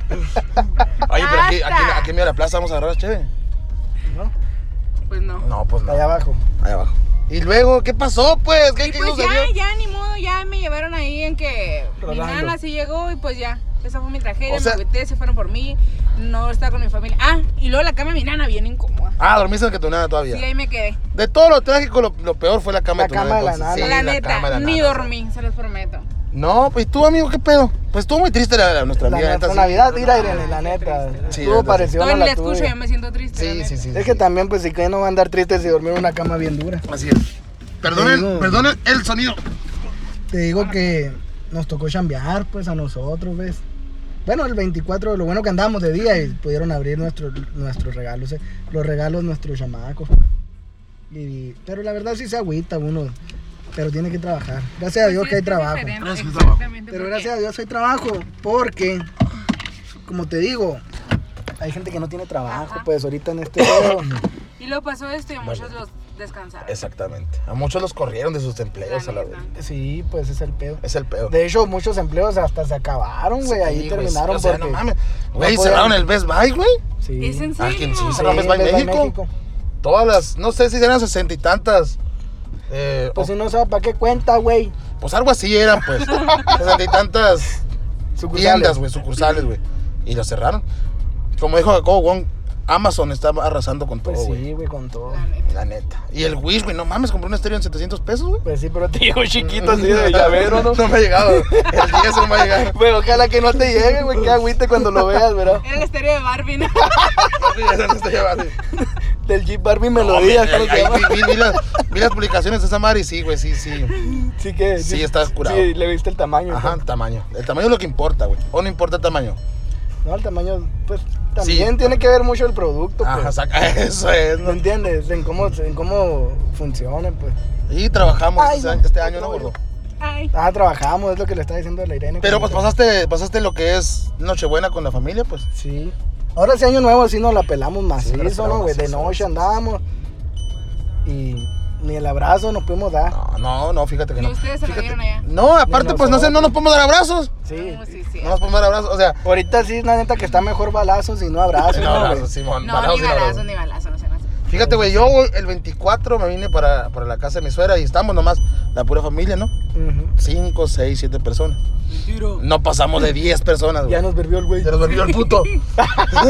Speaker 2: Oye, pero aquí, aquí,
Speaker 3: Basta.
Speaker 2: aquí mira la plaza, vamos a agarrar chévere.
Speaker 1: ¿No?
Speaker 3: Pues no.
Speaker 2: No, pues no.
Speaker 1: Allá abajo.
Speaker 2: Ahí abajo. Y luego, ¿qué pasó, pues? ¿Qué,
Speaker 3: Y
Speaker 2: qué
Speaker 3: pues
Speaker 2: sucedió?
Speaker 3: ya, ya, ni modo, ya vez me llevaron ahí en que
Speaker 1: Rodando.
Speaker 3: mi nana sí llegó y pues ya. Esa fue mi tragedia,
Speaker 2: O sea-
Speaker 3: me agüité, se fueron por mí, no estaba con mi familia. Ah, y luego la cama de mi nana bien incómoda.
Speaker 2: Ah, dormiste en que tu nada todavía.
Speaker 3: Sí, ahí me quedé.
Speaker 2: De todo lo trágico, lo, lo peor fue la
Speaker 1: La
Speaker 2: cama de tu nana,
Speaker 1: cama de la
Speaker 2: entonces.
Speaker 1: nana.
Speaker 2: Sí,
Speaker 3: la
Speaker 2: cama de
Speaker 3: neta,
Speaker 2: Ah, la
Speaker 3: ni
Speaker 2: nana.
Speaker 3: dormí, se los prometo.
Speaker 2: No, pues tú, amigo, ¿qué pedo? Pues estuvo muy triste la, la- nuestra
Speaker 1: La
Speaker 2: amiga. neta,
Speaker 1: neta,
Speaker 2: sí.
Speaker 1: Navidad, mira, Irene, la neta.
Speaker 2: Sí, la
Speaker 1: Estuvo
Speaker 2: neta,
Speaker 1: parecido
Speaker 3: Todavía
Speaker 1: a
Speaker 3: ni la
Speaker 1: la
Speaker 3: escucho, yo
Speaker 1: tuya.
Speaker 3: me siento triste. la
Speaker 2: Sí,
Speaker 3: neta.
Speaker 2: sí, sí.
Speaker 1: Es que también, pues, si que no va a andar triste si dormir en una cama bien dura.
Speaker 2: Así es.
Speaker 1: Te
Speaker 2: Perdonen,
Speaker 1: digo.
Speaker 2: perdonen el sonido.
Speaker 1: Te digo que nos tocó chambear, pues, a nosotros, ¿ves? Bueno, el 24, lo bueno que andábamos de día y pudieron abrir nuestros nuestros regalos, eh, los regalos nuestros chamacos. Y- pero la verdad sí se agüita uno, pero tiene que trabajar. Gracias a Dios
Speaker 3: Pues Sí,
Speaker 1: que hay
Speaker 3: es
Speaker 1: trabajo.
Speaker 3: diferente,
Speaker 2: Gracias, que hay trabajo.
Speaker 3: exactamente,
Speaker 1: Pero
Speaker 3: porque
Speaker 1: gracias a Dios hay trabajo, porque, como te digo, hay gente que no tiene trabajo,
Speaker 3: Ajá.
Speaker 1: pues ahorita en este pedo,
Speaker 3: Y luego pasó esto y a muchos
Speaker 2: Vale.
Speaker 3: los descansaron.
Speaker 2: Exactamente. A muchos los corrieron de sus empleos
Speaker 3: La
Speaker 2: a la
Speaker 3: neta.
Speaker 2: verdad.
Speaker 1: sí, pues es el pedo.
Speaker 2: Es el pedo.
Speaker 1: De hecho, muchos empleos hasta se acabaron, güey, ahí
Speaker 2: Sí, pues,
Speaker 1: terminaron
Speaker 2: O sea,
Speaker 1: porque...
Speaker 2: no mames. Güey,
Speaker 1: podían-
Speaker 2: cerraron el Best Buy, güey.
Speaker 1: Sí.
Speaker 3: ¿Es en
Speaker 2: Ah,
Speaker 3: serio?
Speaker 2: ¿quién sí
Speaker 1: Sí,
Speaker 2: se Cerraron Best Buy
Speaker 1: Best Buy
Speaker 2: México. Todas las, no sé si eran sesenta y tantas. eh, o-
Speaker 1: Pues si no sabe para qué cuenta, güey.
Speaker 2: pues algo así eran,
Speaker 1: [LAUGHS]
Speaker 2: pues. Sesenta y tantas
Speaker 1: Sucursales.
Speaker 2: tiendas, güey, sucursales, güey. Y lo cerraron. Como dijo Jacobo Wong, Amazon está arrasando con todo,
Speaker 1: Pues
Speaker 2: Oh, güey.
Speaker 1: sí, güey, con todo.
Speaker 3: La neta.
Speaker 2: La neta. Y el Wish, güey, no mames, compré un estéreo en 700 pesos, güey.
Speaker 1: Pues sí, pero te [LAUGHS] digo chiquito así de llavero, ¿no?
Speaker 2: [LAUGHS] No me ha llegado. El 10 no me
Speaker 1: [LAUGHS]
Speaker 2: ha llegado.
Speaker 1: Pero ojalá que no te llegue, güey, que agüite cuando lo veas, ¿verdad?
Speaker 3: Era el estéreo de
Speaker 2: [LAUGHS]
Speaker 3: Barbie, ¿no?
Speaker 2: Esa no está llevando.
Speaker 1: Del Jeep Barbie
Speaker 2: No,
Speaker 1: Melodías,
Speaker 2: ahí-
Speaker 1: creo que
Speaker 2: ahí
Speaker 1: se llama.
Speaker 2: vi, vi- vi las, vi las publicaciones de esa madre y sí, güey, sí, sí.
Speaker 1: Sí que...
Speaker 2: Sí, está curado.
Speaker 1: Sí, le viste el tamaño.
Speaker 2: Ajá, el tamaño. El tamaño es lo que importa, güey. O no importa el tamaño.
Speaker 1: No, el tamaño, pues también tiene que ver mucho el producto, pues.
Speaker 2: Ajá, saca. [LAUGHS] Eso es.
Speaker 1: ¿No
Speaker 2: ¿no?
Speaker 1: entiendes? En cómo, en cómo funcionan, pues.
Speaker 2: Y trabajamos
Speaker 1: Ay,
Speaker 2: ese
Speaker 1: no.
Speaker 2: año- este año, ¿no, gordo?
Speaker 3: Ay.
Speaker 1: Ah, trabajamos, es lo que le está diciendo la Irene.
Speaker 2: Pero pues pasaste, pasaste lo que es Nochebuena con la familia, pues.
Speaker 1: Sí. Ahora ese año nuevo sí nos la pelamos
Speaker 2: Sí, nos la
Speaker 1: macizo,
Speaker 2: pelamos
Speaker 1: ¿no, güey? De
Speaker 2: macizo,
Speaker 1: noche
Speaker 2: macizo.
Speaker 1: andábamos. Y ni el abrazo nos pudimos dar.
Speaker 2: No, no, no, fíjate que
Speaker 3: Y
Speaker 2: no.
Speaker 3: ustedes se lo
Speaker 2: Fíjate-
Speaker 3: dieron allá.
Speaker 2: No, aparte,
Speaker 1: Ni
Speaker 2: pues no sé, no
Speaker 1: nosotros.
Speaker 2: nos podemos dar abrazos.
Speaker 1: Sí.
Speaker 3: No, sí, sí.
Speaker 2: No nos podemos dar abrazos, o sea.
Speaker 1: Ahorita sí, la neta que está mejor balazos y no abrazos,
Speaker 2: No,
Speaker 1: ¿no,
Speaker 2: abrazos,
Speaker 1: güey?
Speaker 2: Simón.
Speaker 3: No,
Speaker 2: balazos
Speaker 3: ni
Speaker 2: y no abrazos.
Speaker 3: balazo, ni balazo, no se nace.
Speaker 2: Fíjate, güey, yo güey, el 24 me vine para, para la casa de mi suegra y estamos nomás la pura familia, ¿no?
Speaker 1: Ujú.
Speaker 2: 5, 6, 7 personas. No pasamos de 10 personas, güey.
Speaker 1: Ya nos verbió el güey.
Speaker 2: Se nos volvió el puto. [LAUGHS]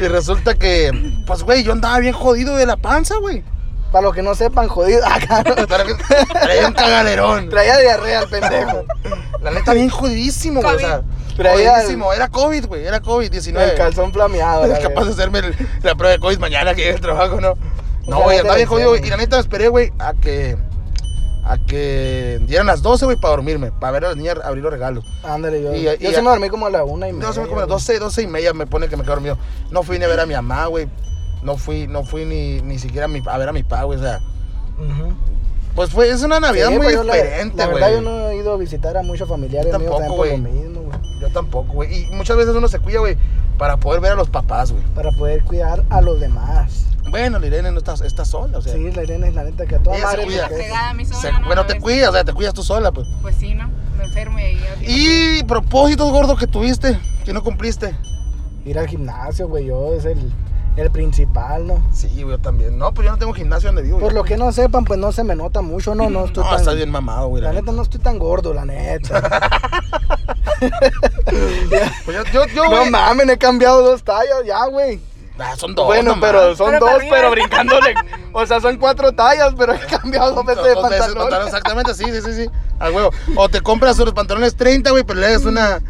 Speaker 2: y resulta que, pues, güey, yo andaba bien jodido de la panza, güey.
Speaker 1: Para los que no sepan, jodido. [LAUGHS] Acá no.
Speaker 2: Para que- Traía un cagalerón.
Speaker 1: Traía diarrea el pendejo.
Speaker 2: La neta, bien jodidísimo, güey. O sea,
Speaker 1: Traía el-
Speaker 2: jodidísimo. Era COVID, güey. Era COVID-19.
Speaker 1: El calzón flameado. la
Speaker 2: eh. [LAUGHS] Es capaz de
Speaker 1: verdad.
Speaker 2: hacerme el- la prueba de COVID mañana que llegue al trabajo, ¿no?
Speaker 1: O
Speaker 2: No,
Speaker 1: sea, ya te
Speaker 2: güey, andaba bien
Speaker 1: venció,
Speaker 2: jodido, güey.
Speaker 1: güey.
Speaker 2: Y la neta esperé, güey, a que. A que dieran las 12, güey, para dormirme. Para ver a las niñas abrir los regalos.
Speaker 1: Ándale, yo.
Speaker 2: Y-
Speaker 1: yo
Speaker 2: y-
Speaker 1: sí me dormí como a la una y media.
Speaker 2: No, se me como las
Speaker 1: güey.
Speaker 2: 12, 12 y media me pone que me quedo dormido. No fui ni a ver a mi mamá, güey. No fui, no fui ni, ni siquiera a, mi- a ver a mi papá, güey. O sea,
Speaker 1: Ujú.
Speaker 2: pues fue, es una Navidad
Speaker 1: Sí,
Speaker 2: muy
Speaker 1: pues, yo la-
Speaker 2: diferente,
Speaker 1: La,
Speaker 2: güey.
Speaker 1: verdad, yo no he ido a visitar a muchos familiares
Speaker 2: Yo
Speaker 1: míos
Speaker 2: tampoco,
Speaker 1: también por
Speaker 2: güey.
Speaker 1: lo mismo, güey.
Speaker 2: Yo tampoco, güey. Y muchas veces uno se cuida, güey, para poder ver a los papás, güey.
Speaker 1: Para poder cuidar a los demás.
Speaker 2: Bueno, la Irene no está, está sola, o sea.
Speaker 1: Sí, la Irene es la neta que a toda
Speaker 2: Ella se
Speaker 1: madre.
Speaker 2: cuida.
Speaker 3: La
Speaker 1: porque es-
Speaker 3: fregada, mi
Speaker 2: Se-
Speaker 3: sola, ¿no?
Speaker 2: bueno,
Speaker 3: Una
Speaker 2: te
Speaker 3: vez.
Speaker 2: cuidas, o sea, te cuidas tú sola, pues.
Speaker 3: Pues sí, ¿no? Me enfermo y ahí. ahorita.
Speaker 2: Y propósitos gordos que tuviste, que no cumpliste.
Speaker 1: Ir al gimnasio, güey, yo es el, el principal, ¿no?
Speaker 2: Sí, güey, yo también. No, pues yo no tengo gimnasio donde vivo.
Speaker 1: Por
Speaker 2: güey.
Speaker 1: lo que no sepan, pues no se me nota mucho, no, no estoy
Speaker 2: No,
Speaker 1: tan...
Speaker 2: estás bien mamado, güey. la
Speaker 1: La neta no estoy tan gordo, la
Speaker 2: [LAUGHS]
Speaker 1: neta.
Speaker 2: neta. Pues yo, yo, yo,
Speaker 1: no
Speaker 2: güey.
Speaker 1: mames, he cambiado dos tallas ya, güey.
Speaker 2: Ah, son dos.
Speaker 1: bueno,
Speaker 2: no
Speaker 1: pero
Speaker 2: mames.
Speaker 1: son
Speaker 3: Pero para
Speaker 1: dos,
Speaker 3: arriba.
Speaker 1: pero brincándole. O sea, son cuatro tallas, pero he cambiado dos veces de
Speaker 2: Dos veces pantalón,
Speaker 1: [LAUGHS] pantalón.
Speaker 2: Exactamente, sí, sí, sí, sí. Al huevo. O te compras los pantalones 30, güey, pero le das una,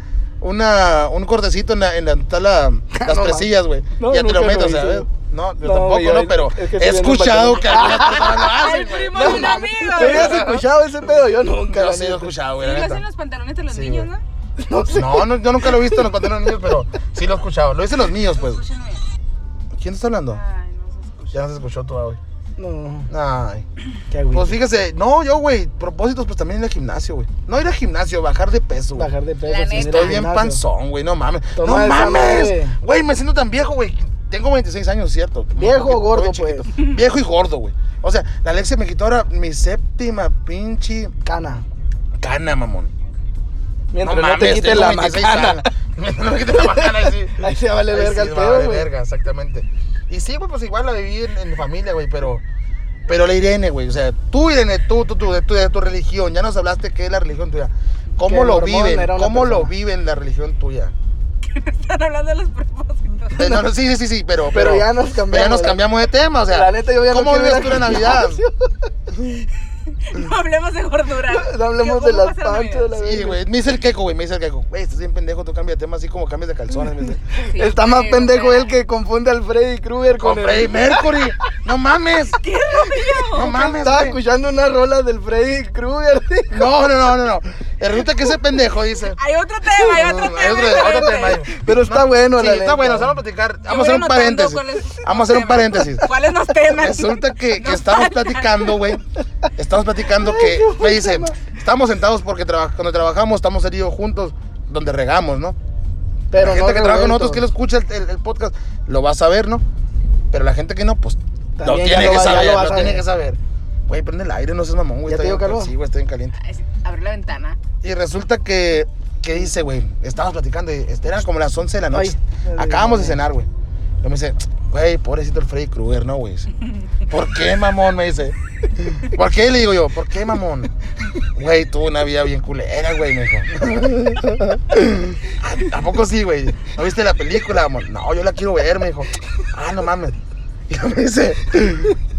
Speaker 2: una, un cortecito en la, en la,
Speaker 1: [LAUGHS]
Speaker 2: está la- las
Speaker 1: Ah, No,
Speaker 2: presillas, güey.
Speaker 1: No,
Speaker 2: y ya te
Speaker 1: nunca
Speaker 2: lo
Speaker 1: lo
Speaker 2: meto, o
Speaker 1: hice,
Speaker 2: sea,
Speaker 1: güey.
Speaker 2: ¿ves? No, yo
Speaker 1: No,
Speaker 2: tampoco,
Speaker 1: yo-
Speaker 2: no, pero
Speaker 1: es que sí
Speaker 2: he
Speaker 1: venden
Speaker 2: escuchado
Speaker 1: pantalones.
Speaker 2: que algunas
Speaker 1: [LAUGHS]
Speaker 2: personas lo hacen,
Speaker 3: ¡Ay,
Speaker 2: güey.
Speaker 3: primo de un amigo!
Speaker 1: ¿Tú habías escuchado ese pedo? Yo nunca.
Speaker 2: Yo
Speaker 1: la
Speaker 2: sí lo he
Speaker 1: neta.
Speaker 2: escuchado,
Speaker 3: Sí,
Speaker 2: güey.
Speaker 3: lo
Speaker 2: la neta.
Speaker 3: hacen los pantalones de los
Speaker 2: Sí,
Speaker 3: niños,
Speaker 2: güey.
Speaker 3: ¿no?
Speaker 1: No sé.
Speaker 2: [LAUGHS] No, no, yo nunca lo he visto en los pantalones niños, pero sí lo he escuchado. Lo dicen los míos, pues.
Speaker 3: Escúchenme.
Speaker 2: ¿Quién está hablando?
Speaker 3: Ay, no se escucha.
Speaker 2: Ya no se escuchó tú, güey.
Speaker 1: No,
Speaker 2: Ay.
Speaker 1: qué güey.
Speaker 2: Pues fíjese, no, yo, güey, propósitos, pues también ir al gimnasio, güey. No ir al gimnasio, bajar de peso, güey.
Speaker 1: Bajar de peso.
Speaker 3: La
Speaker 1: sin ir
Speaker 3: neta.
Speaker 1: al
Speaker 2: Estoy bien
Speaker 1: gimnasio.
Speaker 2: panzón, güey, no mames.
Speaker 1: Toma
Speaker 2: no
Speaker 1: esa
Speaker 2: mames.
Speaker 1: madre.
Speaker 2: Güey, me siento tan viejo, güey. Tengo 26 años, ¿cierto?
Speaker 1: Viejo o
Speaker 2: Estoy
Speaker 1: gordo, pues.
Speaker 2: chiquito. Viejo y gordo, güey. O sea, la Alexia me quitó ahora mi séptima pinche
Speaker 1: Cana.
Speaker 2: cana, mamón.
Speaker 1: Mientras no, te quiten
Speaker 2: tengo
Speaker 1: la
Speaker 2: 26
Speaker 1: macana.
Speaker 2: años. [LAUGHS] Mientras no me quiten la macana, ahí sí.
Speaker 1: Ahí se vale
Speaker 2: Ahí
Speaker 1: verga
Speaker 2: sí,
Speaker 1: el
Speaker 2: vale
Speaker 1: pedo, güey.
Speaker 2: verga, exactamente. Y sí, güey, pues igual la viví en, en familia, güey, pero Pero la Irene, güey, o sea, tú, Irene, tú, tú, tú, de tu, de tu religión, ya nos hablaste qué es la religión tuya.
Speaker 1: Que
Speaker 2: ¿Cómo
Speaker 1: el
Speaker 2: lo
Speaker 1: mormón
Speaker 2: viven?
Speaker 1: era una
Speaker 2: ¿Cómo lo
Speaker 1: persona.
Speaker 2: viven la religión
Speaker 1: [LAUGHS]
Speaker 2: tuya?
Speaker 3: [LAUGHS] Están hablando de los propósitos.
Speaker 2: Eh, no, no, sí, sí, sí, sí, pero,
Speaker 1: Pero ya nos cambiamos,
Speaker 2: pero ya nos
Speaker 1: la-
Speaker 2: cambiamos de tema, o sea,
Speaker 1: la neta, yo ya no
Speaker 2: ¿cómo
Speaker 1: quiero ir
Speaker 2: vives
Speaker 1: a-
Speaker 2: tú
Speaker 1: [LAUGHS]
Speaker 2: la Navidad?
Speaker 3: [LAUGHS] No hablemos de gordura.
Speaker 1: No hablemos
Speaker 3: ¿Cómo
Speaker 1: de las
Speaker 3: pasa la
Speaker 1: panchas, de la
Speaker 3: Navidad?
Speaker 2: Sí,
Speaker 1: verga.
Speaker 2: güey, me dice el queco, güey, me dice el queco. Güey, estás bien pendejo, tú cambias de tema así como cambias de calzones. Me dice.
Speaker 3: Sí,
Speaker 1: Está más
Speaker 3: pero,
Speaker 1: pendejo
Speaker 3: o sea,
Speaker 1: él que confunde al Freddy Krueger [LAUGHS] con,
Speaker 2: Con Freddie
Speaker 1: el...
Speaker 2: Mercury, no mames.
Speaker 3: [LAUGHS] ¿Qué rollo?
Speaker 2: No mames,
Speaker 1: Estaba
Speaker 2: güey.
Speaker 1: escuchando una rola del Freddy Krueger. [LAUGHS]
Speaker 2: No, no, no, no, no. Eh, Resulta que ese pendejo dice.
Speaker 3: Hay otro tema, hay otro
Speaker 2: No,
Speaker 3: tema.
Speaker 2: otro- otro tema.
Speaker 1: Pero está bueno,
Speaker 2: sí,
Speaker 1: la
Speaker 2: está
Speaker 1: neta.
Speaker 2: bueno, o sea, vamos a platicar.
Speaker 3: Yo
Speaker 2: Vamos a hacer
Speaker 3: voy
Speaker 2: un
Speaker 3: anotando
Speaker 2: paréntesis.
Speaker 3: cuáles-
Speaker 2: Vamos a hacer un
Speaker 1: [LAUGHS]
Speaker 3: temas.
Speaker 2: paréntesis.
Speaker 3: ¿Cuáles los temas?
Speaker 2: Resulta que, que
Speaker 3: Nos
Speaker 2: estamos
Speaker 3: faltan.
Speaker 2: platicando, güey. Estamos platicando que me dice, estamos sentados porque traba- cuando trabajamos estamos heridos juntos, donde regamos, ¿no?
Speaker 1: Pero
Speaker 2: la
Speaker 1: no
Speaker 2: gente que trabaja
Speaker 1: revuelto.
Speaker 2: con nosotros, que lo escucha el, el- el podcast, lo va a saber, ¿no? Pero la gente que no, pues lo
Speaker 1: También ya
Speaker 2: tiene
Speaker 1: lo
Speaker 2: que
Speaker 1: va- ya
Speaker 2: saber,
Speaker 1: lo va
Speaker 2: lo,
Speaker 1: a
Speaker 2: tiene
Speaker 1: saber.
Speaker 2: que saber. Güey, prende el aire, no seas mamón,
Speaker 1: ¿Ya
Speaker 2: güey. está
Speaker 1: te dio
Speaker 2: bien-
Speaker 1: calor?
Speaker 2: Sí, güey, estoy bien caliente.
Speaker 3: Ay, sí, Abre la ventana.
Speaker 2: Y resulta que, que dice, güey, estábamos platicando, y este, eran como las 11 de la noche.
Speaker 1: Ay, ay,
Speaker 2: Acabamos de
Speaker 1: ay.
Speaker 2: cenar, güey. Y me dice, güey, pobrecito el Freddy Krueger, ¿no, güey? ¿Por qué, mamón? Me dice. ¿Por qué? Le digo yo, ¿por qué, mamón? Güey, tuvo una vida bien culera, güey, me dijo. "¿A- ¿A poco sí, güey? ¿No viste la película, mamón? No, yo la quiero ver, me dijo. Ah, no mames. Y me dice,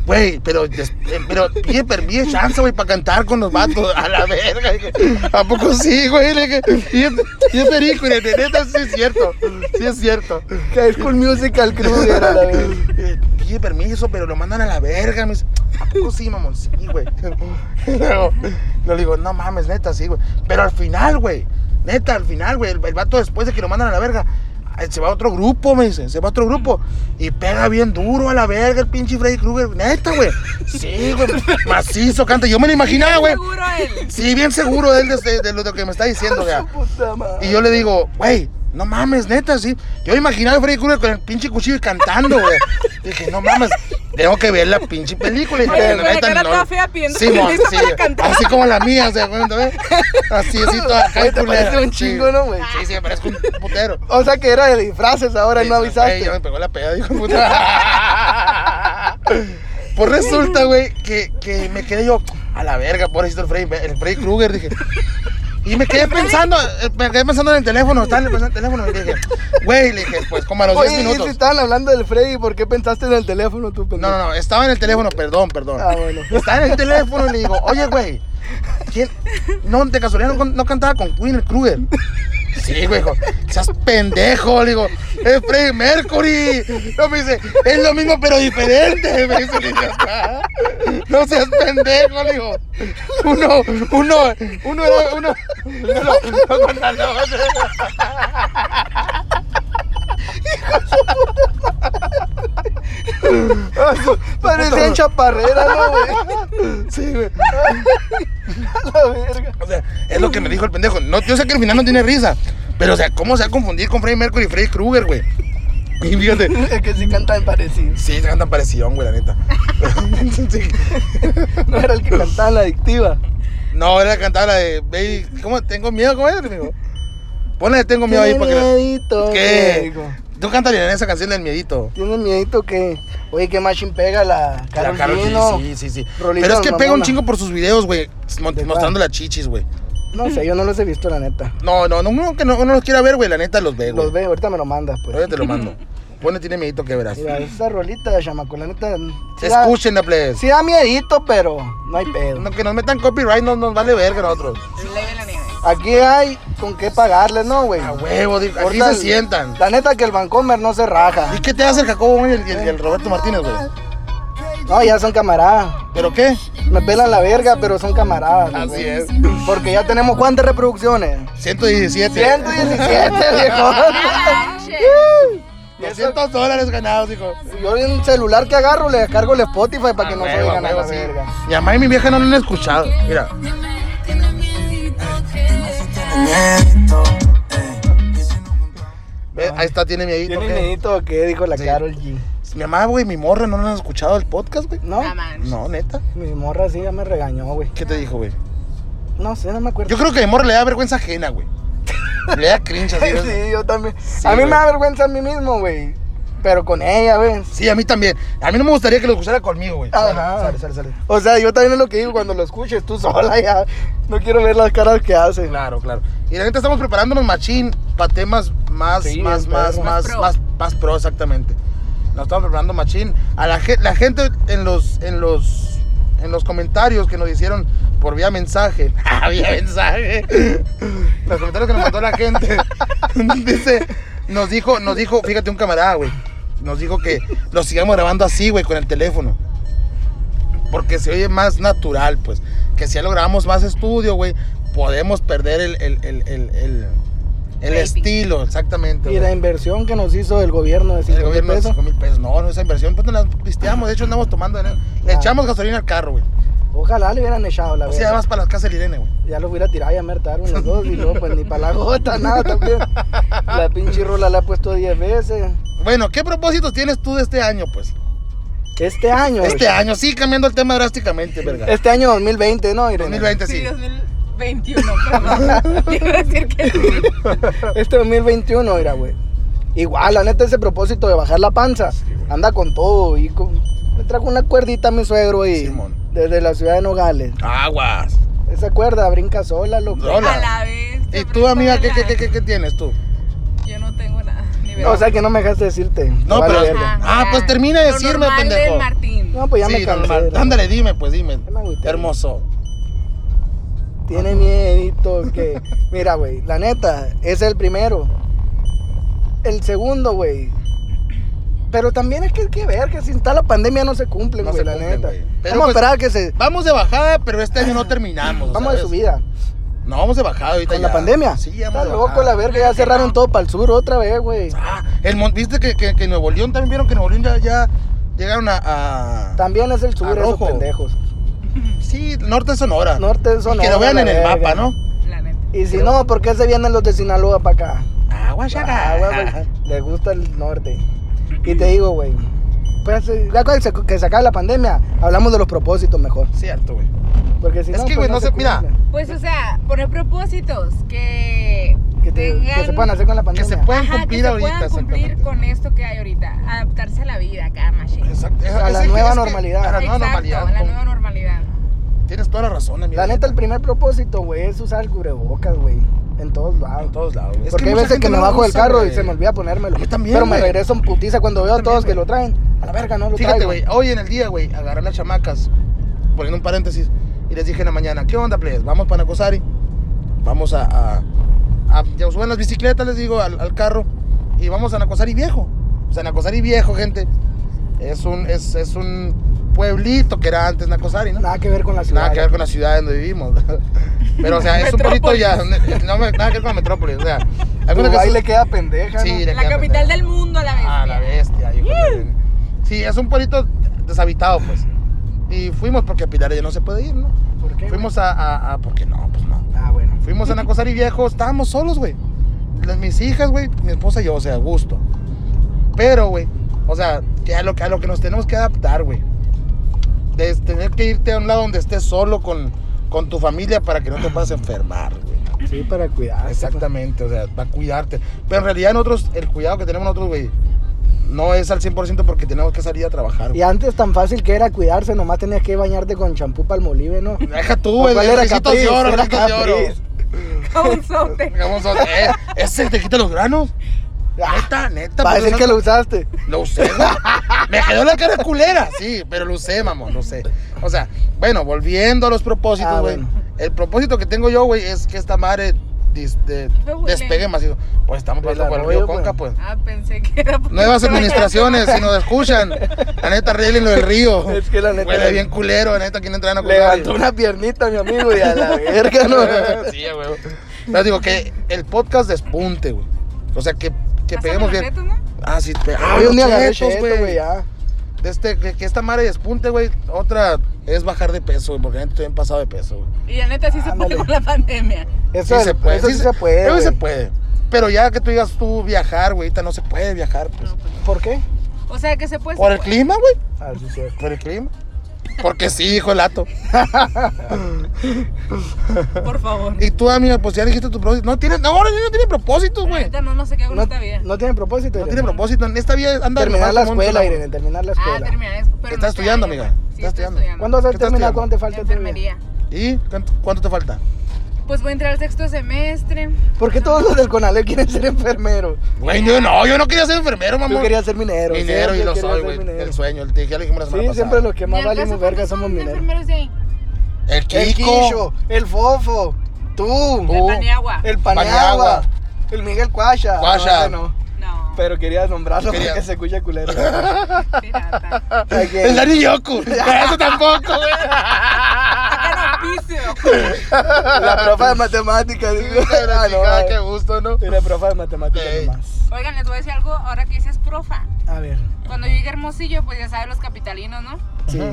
Speaker 2: güey, pero, des- eh, pero pide, per- pide chance, güey, para cantar con los vatos. A la verga. dije, ¿A poco sí, güey? Le dije, y es, y es perico, y de neta, sí es cierto. Sí es cierto.
Speaker 1: High School Musical Krueger
Speaker 2: [LAUGHS]
Speaker 1: a la vez.
Speaker 2: Eh, Pide permiso, pero lo mandan a la verga. Me dice, ¿a poco sí, mamón? Sí, güey. Y Luego, le digo, no mames, neta, sí, güey. Pero al final, güey, neta, al final, güey, el, el vato después de que lo mandan a la verga, eh, se va a otro grupo, me dice, se va a otro grupo. Y pega bien duro a la verga el pinche Freddy Krueger. Neta, güey. Sí, güey. Macizo, canta. Yo me lo
Speaker 1: Ah,
Speaker 2: imaginaba, güey.
Speaker 3: Seguro él.
Speaker 2: Sí, bien seguro de él de, de lo de lo que me está diciendo, güey.
Speaker 1: Puta madre.
Speaker 2: Y yo le digo, güey, no mames, neta, sí. Yo imaginaba a Freddy Krueger con el pinche cuchillo y cantando, güey. Dije, no mames, tengo que ver la pinche película. Y
Speaker 3: Oye,
Speaker 2: dije,
Speaker 3: con la cara toda fea pidiendo permiso para cantar.
Speaker 2: Así como la mía, o sea, güey, ¿no ves? Así, así,
Speaker 3: [LAUGHS]
Speaker 2: toda acá
Speaker 1: Güey,
Speaker 2: y
Speaker 1: te
Speaker 2: culera,
Speaker 1: parece un
Speaker 2: sí.
Speaker 1: chingo, ¿no, güey?
Speaker 2: Sí, sí, me parezco un putero.
Speaker 1: O sea que era de disfraces ahora,
Speaker 2: Sí,
Speaker 1: no
Speaker 2: güey,
Speaker 1: avisaste.
Speaker 2: Yo me pegó la peda, dijo el puta. [LAUGHS] Pues resulta, güey, que, que me quedé yo a la verga, pobrecito el Freddy, el Freddy Krueger, dije. Y me
Speaker 1: [LAUGHS]
Speaker 2: quedé pensando, eh, me quedé pensando en el teléfono, estaba en el- pensando en el teléfono, y dije, güey, le dije, pues como a los 10
Speaker 1: Oye, y si
Speaker 2: minutos.
Speaker 1: estaban hablando del Freddy, ¿por qué pensaste en el teléfono tú,
Speaker 2: No,
Speaker 1: pendejo?
Speaker 2: no, no, estaba en el teléfono, perdón, perdón.
Speaker 1: Ah, bueno.
Speaker 2: Estaba en el teléfono y le digo, oye, güey, ¿quién? No, de casualidad no, con- no cantaba con Queen el Kruger. Sí, güey, hijo, seas pendejo, le digo, es Freddie Mercury. No me dice, es lo mismo pero diferente. [LAUGHS] Me dice, le digo, "Ah, no seas pendejo, le digo. Uno, uno, uno era, uno, uno lo- lo contra lo otro.
Speaker 1: [LAUGHS] Parecían chaparreras, ¿no, güey? [LAUGHS]
Speaker 2: Sí, güey.
Speaker 1: La verga.
Speaker 2: O sea, es lo que me dijo el pendejo. No, yo sé que al final no tiene risa. Pero, o sea, ¿cómo se va a confundir con Freddie Mercury y Freddy Krueger, güey? Y fíjate,
Speaker 1: [LAUGHS] Es que sí cantaban parecidos.
Speaker 2: sí, se cantan parecido, güey,
Speaker 1: [LAUGHS]
Speaker 2: la neta. Sí.
Speaker 1: No era el que cantaba la adictiva.
Speaker 2: No, era cantar la de Baby. ¿Cómo? ¿Tengo miedo? ¿Cómo es, amigo? Ponle Tengo miedo ahí para que. la-
Speaker 1: miedito,
Speaker 2: ¿Qué?
Speaker 1: amigo.
Speaker 2: Tú cantas en esa canción del miedito.
Speaker 1: Tiene miedito que. Oye, que Machine pega la
Speaker 2: La
Speaker 1: Karol
Speaker 2: Karol G,
Speaker 1: G, ¿no?
Speaker 2: sí, sí, sí.
Speaker 1: Rolita
Speaker 2: Pero es que pega un
Speaker 1: mamona.
Speaker 2: chingo por sus videos, güey. mo-
Speaker 1: ¿De
Speaker 2: Mostrando las chichis, güey.
Speaker 1: No sé, yo no los he visto, la neta.
Speaker 2: No, no, no, uno que no, uno los quiera ver, güey. La neta los ve, güey.
Speaker 1: Los ve, ahorita me lo mandas, pues.
Speaker 2: Ahorita te lo mando. Pone tiene miedito que verás.
Speaker 1: Mira, esa rolita de chamaco, la neta. sí da-
Speaker 2: Escuchen, please.
Speaker 1: Sí da miedito, pero no hay pedo.
Speaker 2: No, que nos metan copyright no nos vale verga a nosotros.
Speaker 3: La nieve, la nieve.
Speaker 1: Aquí hay con qué pagarles, ¿no, güey?
Speaker 2: A huevo, digo, aquí
Speaker 1: Ahorita
Speaker 2: Ah, se
Speaker 1: el-
Speaker 2: sientan.
Speaker 1: La neta que el Vancomer no se raja.
Speaker 2: ¿Y qué te hace el Jacobo y el, y el- y el Roberto Martínez, güey?
Speaker 1: No, ya son camaradas.
Speaker 2: ¿Pero qué?
Speaker 1: Me pelan la verga, pero son camaradas.
Speaker 2: Así
Speaker 1: güey.
Speaker 2: es.
Speaker 1: Porque ya tenemos cuántas reproducciones.
Speaker 2: 117. [LAUGHS]
Speaker 1: 117, viejo.
Speaker 3: Oh,
Speaker 1: Y eso-
Speaker 2: 200 dólares ganados, hijo.
Speaker 1: Yo en un celular que agarro le descargo el Spotify para que
Speaker 2: A
Speaker 1: no se
Speaker 2: Ah, huevo,
Speaker 1: oigan
Speaker 2: a
Speaker 1: a
Speaker 2: huevo,
Speaker 1: la
Speaker 2: sí.
Speaker 1: verga.
Speaker 2: Mi mamá y mi vieja no lo han escuchado. Mira. Ve, Ahí está, tiene miedito.
Speaker 1: ¿Tiene
Speaker 2: ¿qué?
Speaker 1: miedito que dijo la
Speaker 2: Sí.
Speaker 1: Carol G?
Speaker 2: Mi mamá, güey, mi morra no lo han escuchado el podcast, güey.
Speaker 1: ¿No?
Speaker 3: Ah, man.
Speaker 2: No, neta.
Speaker 1: Mi morra sí ya me regañó, güey.
Speaker 2: ¿Qué te dijo, güey?
Speaker 1: No sé, no me acuerdo.
Speaker 2: Yo creo que a mi morra le da vergüenza ajena, güey. Le da cringe así.
Speaker 1: Ay,
Speaker 2: ¿ves?
Speaker 1: [LAUGHS] sí, yo también.
Speaker 2: Sí,
Speaker 1: a mí
Speaker 2: güey.
Speaker 1: me da vergüenza a mí mismo, güey. pero con ella, güey.
Speaker 2: Sí, a mí también. A mí no me gustaría que los usara conmigo, güey. Sale,
Speaker 1: Ajá.
Speaker 2: Sale, sale, sale.
Speaker 1: O sea, yo también es lo que digo cuando lo escuches tú sola ya. No quiero ver las caras que hacen.
Speaker 2: Claro, claro. Y la gente estamos preparándonos machín para temas más,
Speaker 1: Sí,
Speaker 2: más,
Speaker 1: bien
Speaker 2: más,
Speaker 1: perro.
Speaker 2: más,
Speaker 3: Más pro.
Speaker 2: más, más pro, exactamente. Nos estamos preparando machín. A la, gen- la gente en los, en los, en los comentarios que nos hicieron por vía mensaje. [LAUGHS] Ah, vía mensaje. los comentarios que nos mandó la gente. [LAUGHS] Dice, nos dijo, nos dijo, fíjate un camarada, güey. Nos dijo que lo sigamos grabando así, güey, con el teléfono. Porque se oye más natural, pues. Que si ya lo grabamos más estudio, güey, podemos perder el, el, el, el, el- el
Speaker 3: Rating.
Speaker 2: estilo, exactamente.
Speaker 1: Y
Speaker 2: güey.
Speaker 1: la inversión que nos hizo el gobierno de 5
Speaker 2: El gobierno
Speaker 1: pesos.
Speaker 2: 5 mil pesos. No, no, esa inversión, pues no la pisteamos. De hecho, andamos tomando. dinero. Le
Speaker 1: Ah.
Speaker 2: echamos gasolina al carro, güey.
Speaker 1: Ojalá le hubieran echado la
Speaker 2: O sea,
Speaker 1: verga.
Speaker 2: vas para las casas del Irene, güey.
Speaker 1: Ya lo hubiera tirado y a mertaron los dos y luego pues ni
Speaker 2: [LAUGHS]
Speaker 1: para la gota, nada también. La pinche rola la ha puesto 10 veces.
Speaker 2: Bueno, ¿qué propósitos tienes tú de este año, pues?
Speaker 1: Este año.
Speaker 2: Este
Speaker 1: güey.
Speaker 2: año, sí, cambiando el tema drásticamente, verga.
Speaker 1: Este año 2020, ¿no? Irene?
Speaker 2: 2020,
Speaker 3: Sí,
Speaker 2: sí.
Speaker 3: 2021,
Speaker 1: [LAUGHS]
Speaker 3: perdón. Te iba a decir que sí.
Speaker 1: Este 2021 era, güey. Igual, la neta, ese propósito de bajar la panza. Anda con todo. Y con... Me trajo una cuerdita a mi suegro y
Speaker 2: Simón.
Speaker 1: desde la ciudad de Nogales.
Speaker 2: Aguas.
Speaker 1: Esa cuerda brinca sola, loco.
Speaker 2: No, Hola.
Speaker 3: A la vez.
Speaker 2: ¿Y
Speaker 3: te
Speaker 2: tú, amiga, qué, qué,
Speaker 3: presto
Speaker 2: qué,
Speaker 3: la-
Speaker 2: qué- qué tienes tú?
Speaker 3: Yo no tengo nada. ni
Speaker 1: O
Speaker 3: verdad.
Speaker 1: sea que no me dejaste decirte.
Speaker 2: No,
Speaker 1: Vale,
Speaker 2: pero-
Speaker 1: verga.
Speaker 2: Ah, pues termina de
Speaker 3: Lo
Speaker 2: decirme,
Speaker 3: normal del
Speaker 2: pendejo.
Speaker 3: Martín.
Speaker 1: No, pues ya
Speaker 2: Sí,
Speaker 1: me cansé.
Speaker 2: normal.
Speaker 1: la-
Speaker 2: Ándale, dime, pues dime.
Speaker 1: me agüité.
Speaker 2: Hermoso.
Speaker 1: Tiene miedito que... Mira, güey, la neta, ese es el primero. El segundo, güey. Pero también es que hay que ver que si está la pandemia no se cumple,
Speaker 2: No
Speaker 1: güey,
Speaker 2: se
Speaker 1: la
Speaker 2: cumplen,
Speaker 1: neta.
Speaker 2: güey. Pero,
Speaker 1: Vamos
Speaker 2: pues,
Speaker 1: a esperar a que se...
Speaker 2: Vamos de bajada, pero este año no terminamos.
Speaker 1: Vamos
Speaker 2: ¿sabes?
Speaker 1: de subida.
Speaker 2: No, vamos de bajada ahorita.
Speaker 1: ¿Con
Speaker 2: ya.
Speaker 1: la pandemia?
Speaker 2: Sí, ya
Speaker 1: Está
Speaker 2: vamos de
Speaker 1: loco
Speaker 2: bajada.
Speaker 1: la verga, ya cerraron todo para el sur otra vez, güey.
Speaker 2: Ah, el mon- ¿Viste que, que, que Nuevo León también vieron que Nuevo León ya, ya llegaron a, a-
Speaker 1: También es el sur, esos
Speaker 2: rojo.
Speaker 1: pendejos.
Speaker 2: Sí, norte de Sonora.
Speaker 1: Norte de
Speaker 2: Y
Speaker 1: Sonora.
Speaker 2: que lo vean
Speaker 1: la
Speaker 2: en el
Speaker 1: verga.
Speaker 2: mapa, ¿no?
Speaker 3: La neta.
Speaker 1: Y si no, ¿por qué se vienen los de Sinaloa para acá?
Speaker 2: Agua,
Speaker 1: Ah, güey,
Speaker 2: chaca.
Speaker 1: güey, les gusta el norte. Y te digo, güey, pues, eh, ya que se, que se acabe la pandemia, hablamos de los propósitos mejor.
Speaker 2: Cierto, güey.
Speaker 1: Porque si
Speaker 2: Es
Speaker 1: no,
Speaker 2: que,
Speaker 1: pues,
Speaker 2: güey, no se- mira.
Speaker 1: cumplen.
Speaker 3: Pues, o sea, poner propósitos que,
Speaker 1: Que, te- que
Speaker 3: tengan-
Speaker 1: se puedan hacer con la pandemia.
Speaker 2: se puedan
Speaker 3: Ajá,
Speaker 2: cumplir
Speaker 3: que se
Speaker 2: ahorita,
Speaker 3: puedan cumplir
Speaker 2: exactamente.
Speaker 3: con esto que hay ahorita. Adaptarse a la vida acá, machine.
Speaker 2: Exacto.
Speaker 1: A la
Speaker 2: que-
Speaker 1: nueva
Speaker 2: que-
Speaker 1: normalidad.
Speaker 2: A la nueva
Speaker 3: Exacto,
Speaker 2: normalidad.
Speaker 3: a la
Speaker 2: con-
Speaker 3: nueva normalidad.
Speaker 2: Tienes toda la razón, amigo.
Speaker 1: La neta, el primer propósito, güey, es usar el cubrebocas, güey. En todos lados.
Speaker 2: En todos lados. güey. Es
Speaker 1: Porque hay
Speaker 2: mucha
Speaker 1: veces
Speaker 2: gente
Speaker 1: que me
Speaker 2: no lo
Speaker 1: bajo del
Speaker 2: usa,
Speaker 1: carro y
Speaker 2: güey.
Speaker 1: se me olvida ponérmelo.
Speaker 2: A mí también,
Speaker 1: Pero me
Speaker 2: güey.
Speaker 1: regreso en putiza cuando veo a
Speaker 2: Yo
Speaker 1: todos que
Speaker 2: también,
Speaker 1: lo traen. A la verga, no lo
Speaker 2: Fíjate,
Speaker 1: traigo.
Speaker 2: güey, hoy en el día, güey, agarré a las chamacas, poniendo un paréntesis, y les dije en la mañana, ¿qué onda, plebes? Vamos para Nacosari, vamos a, a, a- ya suben las bicicletas, les digo, al, al carro, y vamos a Nacosari Viejo. O sea, Nacosari Viejo, gente, es un, es, es un pueblito que era antes Nacosari, ¿no?
Speaker 1: Nada que ver con la ciudad.
Speaker 2: Nada que ver con la ciudad donde vivimos. [LAUGHS] Pero, o sea, es un pueblito ya, no, me- nada que ver con la metrópolis, o sea. alguna que-
Speaker 1: Ahí le queda pendeja, ¿no?
Speaker 2: Sí, le
Speaker 3: La
Speaker 2: queda
Speaker 3: capital
Speaker 2: pendejo.
Speaker 3: del mundo a la vez.
Speaker 2: Ah, la bestia, hijo de- Sí, es un pueblito deshabitado, pues. Y fuimos porque Pilar ya no se puede ir, ¿no?
Speaker 1: ¿Por qué, güey?
Speaker 2: Fuimos a, a, a- Porque no, pues no.
Speaker 1: Ah, bueno.
Speaker 2: Fuimos a Nacosari Viejo, estábamos solos, güey. Las- Mis hijas, güey, mi esposa y yo, o sea, a gusto. Pero, güey, o sea, que a, lo, que- a lo que nos tenemos que adaptar, güey. De tener que irte a un lado donde estés solo con, con tu familia para que no te puedas enfermar, güey.
Speaker 1: Ah, Sí, pues. para cuidar.
Speaker 2: Exactamente, o sea, para cuidarte. Pero en realidad nosotros, el cuidado que tenemos nosotros, güey, no es al 100% porque tenemos que salir a trabajar.
Speaker 1: Y
Speaker 2: güey.
Speaker 1: antes tan fácil que era cuidarse, nomás tenías que bañarte con champú palmolive, ¿no?
Speaker 2: Deja tú,
Speaker 1: ¿Cuál
Speaker 2: güey,
Speaker 1: era
Speaker 2: risitos
Speaker 1: Capriz?
Speaker 2: de oro,
Speaker 1: Era
Speaker 2: risitos de oro.
Speaker 1: Capriz.
Speaker 3: Cabonzote.
Speaker 2: Digamos, o sea, eh, ¿Ese te quita los granos? Neta, neta.
Speaker 1: Para
Speaker 2: pues,
Speaker 1: Ah. decir
Speaker 2: no-
Speaker 1: que lo usaste.
Speaker 2: Lo usé, güey. Me quedó la cara culera, sí, pero lo usé, mamón, lo usé. O sea, bueno, volviendo a los propósitos,
Speaker 1: Ah,
Speaker 2: güey.
Speaker 1: bueno.
Speaker 2: El propósito que tengo yo, güey, es que esta madre dis- de-
Speaker 3: Fue bueno.
Speaker 2: despegue más. Pues estamos
Speaker 1: Del
Speaker 2: pasando por el
Speaker 1: arroyo,
Speaker 2: río
Speaker 1: güey.
Speaker 2: Conca, pues.
Speaker 3: Ah, pensé que era porque
Speaker 2: Nuevas
Speaker 3: se bañaba.
Speaker 2: administraciones, si nos escuchan, la neta arreglen lo del río.
Speaker 1: [LAUGHS] Es que la neta-
Speaker 2: Huele bien culero, la neta, aquí no entran a
Speaker 1: Levantó una piernita, mi amigo, y a la verga,
Speaker 2: [LAUGHS]
Speaker 1: ¿no?
Speaker 2: Sí, güey. Pero digo que el podcast despunte, güey. O sea, que, que
Speaker 3: Pásame
Speaker 2: peguemos
Speaker 3: los
Speaker 2: bien.
Speaker 3: retos, ¿no?
Speaker 2: Ah, sí, pe- ah,
Speaker 1: Hoy un
Speaker 2: los
Speaker 1: día agarré
Speaker 2: chetos,
Speaker 1: cheto, güey, ya.
Speaker 2: De este, que, que esta madre despunte, güey. Otra es bajar de peso, güey, porque la neta estoy bien pasado de peso, güey.
Speaker 3: Y la neta sí se
Speaker 1: Ándale.
Speaker 3: puede con la pandemia.
Speaker 1: Eso, es- eso sí se puede.
Speaker 2: Eso sí se
Speaker 1: güey.
Speaker 2: puede. Pero ya que tú digas tú viajar, güey, ahorita no se puede viajar, pues.
Speaker 3: No, pues.
Speaker 1: ¿Por qué?
Speaker 3: O sea, que se puede.
Speaker 2: Por
Speaker 3: se
Speaker 2: el
Speaker 3: puede.
Speaker 2: clima, güey.
Speaker 1: Ah, sí, sí.
Speaker 2: Por el clima. Porque sí, hijo el lato.
Speaker 4: Por favor.
Speaker 2: Y tú, amiga, pues ya dijiste tu propósito. No tienes, no, ahora sí no tiene propósitos, güey.
Speaker 4: Ahorita no, no sé qué hago en
Speaker 1: No,
Speaker 4: esta vida.
Speaker 1: no tiene propósito.
Speaker 2: No
Speaker 1: Irene.
Speaker 2: tiene propósito. En esta vida anda
Speaker 1: Terminar
Speaker 2: nomás
Speaker 1: la
Speaker 2: como un
Speaker 1: escuela,
Speaker 2: solo-
Speaker 1: Irene, terminar la
Speaker 3: Ah,
Speaker 1: escuela.
Speaker 3: terminar es- pero
Speaker 2: Estás
Speaker 3: me queda
Speaker 2: estudiando,
Speaker 3: año,
Speaker 2: amiga.
Speaker 3: pues. Sí,
Speaker 2: Estás
Speaker 3: estoy
Speaker 2: estudiando.
Speaker 3: estudiando.
Speaker 1: ¿Cuándo vas a
Speaker 2: ¿Qué estás
Speaker 1: terminar?
Speaker 2: estudiando?
Speaker 1: ¿Cuándo te falta? todavía?
Speaker 3: Enfermería.
Speaker 2: ¿Y cuánto, cuánto te falta?
Speaker 3: Pues voy a entrar al sexto semestre.
Speaker 1: ¿Por qué todos los del Conalep quieren ser enfermeros?
Speaker 2: Güey, yo no, yo no quería ser enfermero, mamón.
Speaker 1: Yo quería ser minero.
Speaker 2: minero y
Speaker 1: siempre
Speaker 2: lo
Speaker 1: quería
Speaker 2: soy,
Speaker 1: ser
Speaker 2: güey.
Speaker 1: minero.
Speaker 2: El sueño, el, ya lo dijimos la semana
Speaker 1: Sí,
Speaker 2: pasada.
Speaker 1: siempre lo que
Speaker 3: ¿Y
Speaker 1: más
Speaker 3: al
Speaker 1: valimos
Speaker 3: caso
Speaker 1: verga
Speaker 3: cuántos
Speaker 1: somos
Speaker 3: son de
Speaker 1: mineros.
Speaker 3: enfermeros de ahí?
Speaker 2: El
Speaker 1: El
Speaker 2: Kiko.
Speaker 1: Quillo, el Fofo, tú,
Speaker 2: Tú.
Speaker 4: Paniagua.
Speaker 1: el
Speaker 2: Uh, Paniagua.
Speaker 1: Paniagua, el Miguel Cuacha. No,
Speaker 2: Cuacha.
Speaker 1: ese no.
Speaker 4: No.
Speaker 1: Pero quería nombrarlo
Speaker 2: Quería.
Speaker 1: porque se escucha
Speaker 2: [LAUGHS]
Speaker 1: culero.
Speaker 4: Pirata.
Speaker 1: Ok.
Speaker 2: El Dani Yoku. [LAUGHS] Eso tampoco, [LAUGHS] güey.
Speaker 4: Acá no piso.
Speaker 1: La profa de matemáticas. digo. Ah, no,
Speaker 2: Ah,
Speaker 1: eh.
Speaker 2: qué gusto, ¿no?
Speaker 1: Era profa de matemáticas
Speaker 2: Ey.
Speaker 1: nomás.
Speaker 4: Oigan, les voy a decir algo ahora que dices profa.
Speaker 1: A ver,
Speaker 4: Cuando yo llegué a Hermosillo, pues ya saben los capitalinos, ¿no?
Speaker 1: sí.
Speaker 2: Ajá.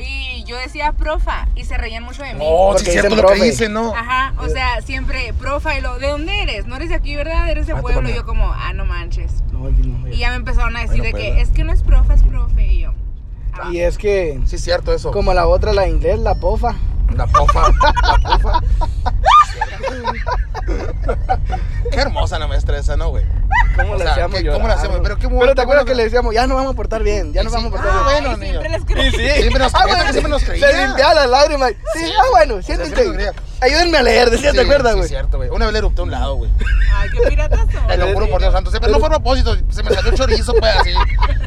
Speaker 4: Y yo decía profa y se reían mucho de mí.
Speaker 2: Oh,
Speaker 1: Porque
Speaker 2: sí, es cierto
Speaker 1: dicen
Speaker 2: lo que
Speaker 1: profe.
Speaker 2: dice, ¿no?
Speaker 4: Ajá, o sea, siempre profa y lo, ¿de dónde eres? No eres de aquí, ¿verdad? Eres de
Speaker 2: Ah, tú
Speaker 4: pueblo. Y
Speaker 2: también.
Speaker 4: yo como, ah, no manches.
Speaker 1: No, aquí no,
Speaker 4: Y ya me empezaron a decir
Speaker 2: Bueno,
Speaker 4: de
Speaker 2: pues,
Speaker 4: que
Speaker 2: ¿verdad?
Speaker 4: es que no es profa, es profe. Y yo, ah,
Speaker 1: Y es que,
Speaker 2: Sí, es cierto eso.
Speaker 1: como la otra, la inglés, la pofa.
Speaker 2: La [LAUGHS] pofa. La pofa. qué hermosa la maestra esa, ¿no, güey?
Speaker 1: ¿Cómo
Speaker 2: O
Speaker 1: le
Speaker 2: sea,
Speaker 1: decíamos
Speaker 2: ¿qué- cómo le
Speaker 1: llorar,
Speaker 2: hacíamos?
Speaker 1: güey?
Speaker 2: Pero qué bueno,
Speaker 1: Pero te
Speaker 2: qué
Speaker 1: acuerdas
Speaker 2: bueno.
Speaker 1: que le decíamos, ya nos vamos a portar bien, ya nos
Speaker 2: Sí,
Speaker 1: vamos a portar
Speaker 2: ah,
Speaker 1: bien.
Speaker 2: bueno,
Speaker 4: ay,
Speaker 2: niño.
Speaker 4: siempre
Speaker 1: [LAUGHS]
Speaker 4: les creo.
Speaker 2: Siempre nos creía, que siempre nos creía.
Speaker 1: Ah, Se limpiaba las lágrimas. Sí, ah, bueno,
Speaker 2: siempre nos
Speaker 1: siéntense.
Speaker 2: creía.
Speaker 1: Ayúdenme a leer, decía, ¿te
Speaker 2: Sí,
Speaker 1: acuerdas,
Speaker 2: sí,
Speaker 1: güey?
Speaker 2: es cierto, güey. Una vez le erupté a un lado, güey.
Speaker 4: ay, qué piratas son.
Speaker 2: Te lo juro por Dios santo. Se- Pero no fue a propósito. Se me salió el chorizo, pues, así.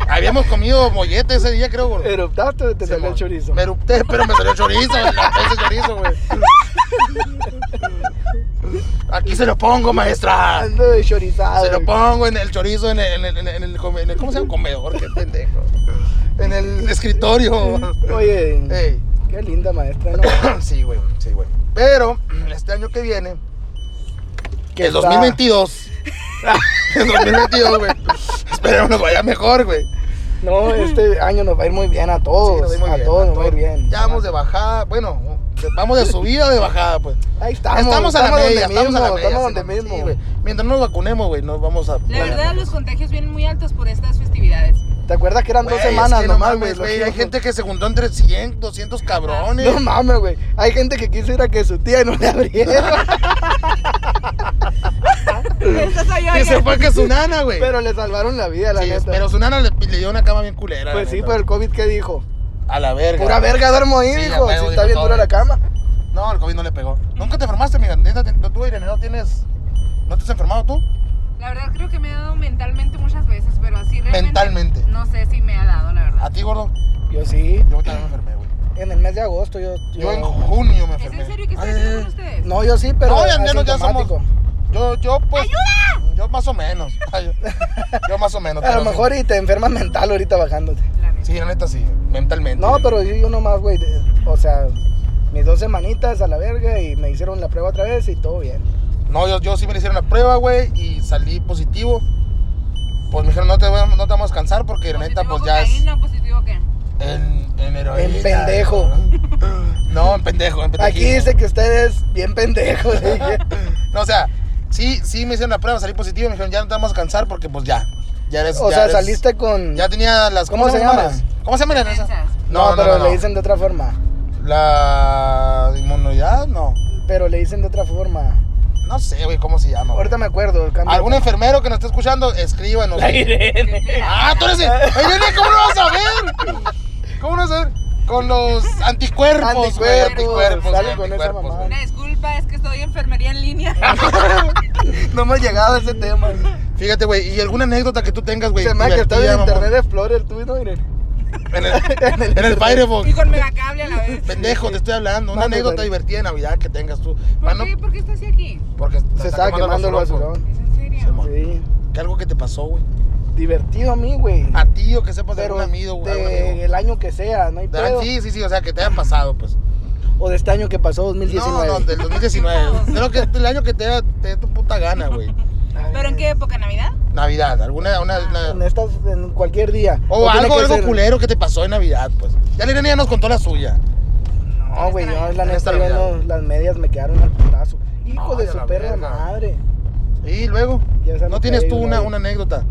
Speaker 2: Habíamos comido mollete ese día, creo, güey.
Speaker 1: Eruptaste o ah, te
Speaker 2: Se
Speaker 1: salió el
Speaker 2: mo-
Speaker 1: chorizo.
Speaker 2: Me erupté, pero me salió chorizo. güey. La puse chorizo, güey. Aquí se lo pongo, maestra.
Speaker 1: Ando de chorizado.
Speaker 2: Se lo
Speaker 1: güey.
Speaker 2: pongo en el chorizo, en el, en el, en el- en el come- en el- ¿cómo se llama? Comedor, qué pendejo. En el escritorio.
Speaker 1: Oye,
Speaker 2: Ey. [COUGHS]
Speaker 1: qué linda maestra,
Speaker 2: [LAUGHS]
Speaker 1: ¿no?
Speaker 2: Sí, güey, sí, güey. Pero este año que viene,
Speaker 1: Que
Speaker 2: el
Speaker 1: está- [LAUGHS]
Speaker 2: 2022, el 2022, güey. Esperemos nos vaya mejor, güey.
Speaker 1: No, este año nos va a ir muy bien a
Speaker 2: Sí,
Speaker 1: todos.
Speaker 2: nos va a ir muy
Speaker 1: a
Speaker 2: bien,
Speaker 1: todos
Speaker 2: a
Speaker 1: nos va a ir
Speaker 2: todos.
Speaker 1: bien.
Speaker 2: Ya vamos de bajada, bueno, vamos de subida o de bajada, pues.
Speaker 1: Ahí estamos.
Speaker 2: estamos a la
Speaker 1: donde
Speaker 2: media, estamos a la
Speaker 1: mismo,
Speaker 2: media.
Speaker 1: Estamos
Speaker 2: sí,
Speaker 1: donde
Speaker 2: no, sí,
Speaker 1: mismo.
Speaker 2: güey. Mientras nos vacunemos, güey, nos vamos a...
Speaker 4: La verdad, los contagios vienen muy altos por estas
Speaker 2: [LAUGHS]
Speaker 4: festividades.
Speaker 1: ¿Te acuerdas que eran
Speaker 2: Güey,
Speaker 1: dos
Speaker 2: es que
Speaker 1: semanas
Speaker 2: no
Speaker 1: nomás,
Speaker 2: mames,
Speaker 1: güey?
Speaker 2: güey,
Speaker 1: Los
Speaker 2: Hay
Speaker 1: que-
Speaker 2: gente que se juntó entre 100, 200 cabrones.
Speaker 1: No mames, güey. Hay gente que quiso ir a que su tía y no le
Speaker 2: [LAUGHS]
Speaker 1: abrieron.
Speaker 4: Esta soy yo,
Speaker 2: que se
Speaker 4: oigan.
Speaker 2: fue que su nana, güey.
Speaker 1: pero le salvaron la vida, la
Speaker 2: Sí,
Speaker 1: neta.
Speaker 2: pero su nana le, le dio una cama bien culera.
Speaker 1: pues
Speaker 2: la
Speaker 1: sí,
Speaker 2: neta.
Speaker 1: pero el COVID, ¿qué dijo?
Speaker 2: A la verga.
Speaker 1: Pura verga, duermo ahí,
Speaker 2: Sí, a
Speaker 1: dijo.
Speaker 2: huevo,
Speaker 1: Si
Speaker 2: dijo
Speaker 1: está bien
Speaker 2: todo,
Speaker 1: dura la
Speaker 2: güey.
Speaker 1: cama.
Speaker 2: No, el COVID no le pegó. Nunca te enfermaste, mija. Neta, te- Tú, Irene, no tienes. ¿No te has enfermado tú?
Speaker 4: La verdad creo que me ha dado mentalmente muchas veces, pero así realmente
Speaker 2: Mentalmente.
Speaker 4: no sé si me ha dado, la
Speaker 2: A
Speaker 4: verdad.
Speaker 2: ti, gordo.
Speaker 1: Yo sí.
Speaker 2: Yo también me enfermé, güey.
Speaker 1: En el mes de agosto yo.
Speaker 2: Yo en junio me
Speaker 4: ¿Es
Speaker 2: enfermé.
Speaker 4: en serio que estoy
Speaker 2: Ay,
Speaker 4: haciendo con ustedes?
Speaker 1: No, yo sí, pero.
Speaker 2: Ah, No, ya- ya no, ya somos-
Speaker 1: asintomático.
Speaker 2: Yo, yo, pues. Yo más o menos. [LAUGHS] Ay, yo- Yo más o menos.
Speaker 1: A lo
Speaker 2: pero sí.
Speaker 1: mejor y te enfermas [LAUGHS] mental ahorita bajándote.
Speaker 4: La neta.
Speaker 2: Sí, la neta sí. Mentalmente.
Speaker 1: No, pero yo, yo nomás, güey. de- O sea, mis dos semanitas a la verga y me hicieron la prueba otra vez y todo bien.
Speaker 2: No, yo, yo sí me le hicieron la prueba, güey, y salí positivo. Pues me dijeron, no te, vamos- no te vamos a cansar porque la neta,
Speaker 4: ¿Positivo
Speaker 2: pues ya es.
Speaker 4: cocaína, positivo
Speaker 2: [LAUGHS]
Speaker 4: qué?
Speaker 2: En, en heroína.
Speaker 1: En pendejo.
Speaker 2: [LAUGHS] No, en pendejo, en pendejo.
Speaker 1: Aquí dice que usted es bien
Speaker 2: [LAUGHS]
Speaker 1: pendejo. le dije.
Speaker 2: No, o sea, sí, sí me hicieron la prueba, salí positivo, me dijeron, ya no te vamos a cansar porque pues ya. Ya eres.
Speaker 1: O
Speaker 2: ya
Speaker 1: sea,
Speaker 2: eres-
Speaker 1: saliste con.
Speaker 2: Ya tenía las.
Speaker 1: ¿Cómo se
Speaker 2: llaman?
Speaker 1: llaman?
Speaker 2: ¿Cómo se llaman esas?
Speaker 4: Defensas.
Speaker 1: No,
Speaker 2: No, no,
Speaker 1: pero
Speaker 2: no,
Speaker 1: le
Speaker 2: no.
Speaker 1: dicen de otra forma.
Speaker 2: La inmunidad, no.
Speaker 1: Pero le dicen de otra forma.
Speaker 2: No sé, güey, cómo se llama. güey.
Speaker 1: Ahorita me acuerdo. cambio. [LAUGHS]
Speaker 2: ¿Algún enfermero que nos esté escuchando? Escríbanos. Ah, tú eres. el- Irene, ¿cómo lo vas a ver? ¿Cómo no vas a ver? Con los anticuerpos, güey,
Speaker 1: Anticuerpos,
Speaker 2: anticuerpos,
Speaker 1: sale
Speaker 2: güey,
Speaker 1: con esa
Speaker 2: anticuerpos,
Speaker 1: mamada.
Speaker 2: güey.
Speaker 4: Una disculpa, es que estoy en enfermería en línea.
Speaker 2: Ah,
Speaker 1: No hemos llegado a ese tema.
Speaker 2: Fíjate, güey, ¿y alguna anécdota que tú tengas, güey?
Speaker 1: Se me ha que estaba
Speaker 2: divertida,
Speaker 1: en
Speaker 2: mamón?
Speaker 1: Internet Explorer, tú no, [LAUGHS] Irene?
Speaker 2: En
Speaker 1: [LAUGHS]
Speaker 2: el, en el
Speaker 4: [LAUGHS]
Speaker 2: Firefox.
Speaker 4: y con megacable a la vez.
Speaker 2: Pendejo, te estoy hablando. Una
Speaker 1: Mande,
Speaker 2: anécdota
Speaker 1: mande.
Speaker 2: divertida de Navidad que tengas tú. Pa'
Speaker 4: ¿Por
Speaker 2: no-
Speaker 4: qué? ¿Por qué estás así aquí?
Speaker 2: Porque
Speaker 1: Se estaba quemando el basurón.
Speaker 4: ¿Es en serio?
Speaker 2: Simón.
Speaker 1: Sí.
Speaker 2: Que algo que te pasó, güey.
Speaker 1: Divertido a mí, güey.
Speaker 2: A ti o que sepas de
Speaker 1: Pero
Speaker 2: algún pues, amigo, güey. algún
Speaker 1: de
Speaker 2: amigo.
Speaker 1: el año que sea, no hay
Speaker 2: De-
Speaker 1: pedo.
Speaker 2: Sí, sí, sí, o sea, que te hayan pasado, pues.
Speaker 1: O de este año que pasó, 2019.
Speaker 2: No, no,
Speaker 4: [LAUGHS]
Speaker 2: del 2019. de lo que, del año que te, da- te dé tu puta gana, güey.
Speaker 1: Ay,
Speaker 4: ¿Pero en qué época? ¿Navidad?
Speaker 2: Navidad, alguna. Una, una-
Speaker 1: En, estas, en cualquier día.
Speaker 2: Ah, o
Speaker 1: No tiene
Speaker 2: algo,
Speaker 1: que
Speaker 2: algo
Speaker 1: ser-
Speaker 2: culero que te pasó en Navidad, pues. Ya la Irene ya nos contó la suya.
Speaker 1: No, güey, yo la
Speaker 2: En esta
Speaker 1: neta, yo
Speaker 2: Navidad.
Speaker 1: no- las medias me quedaron al putazo. Hijo
Speaker 2: Ay,
Speaker 1: de
Speaker 2: a
Speaker 1: su
Speaker 2: la
Speaker 1: perra
Speaker 2: verga.
Speaker 1: madre.
Speaker 2: Y luego,
Speaker 1: Ya se me
Speaker 2: ¿no tienes
Speaker 1: cayó
Speaker 2: tú
Speaker 1: una
Speaker 2: una,
Speaker 1: vez.
Speaker 2: una anécdota?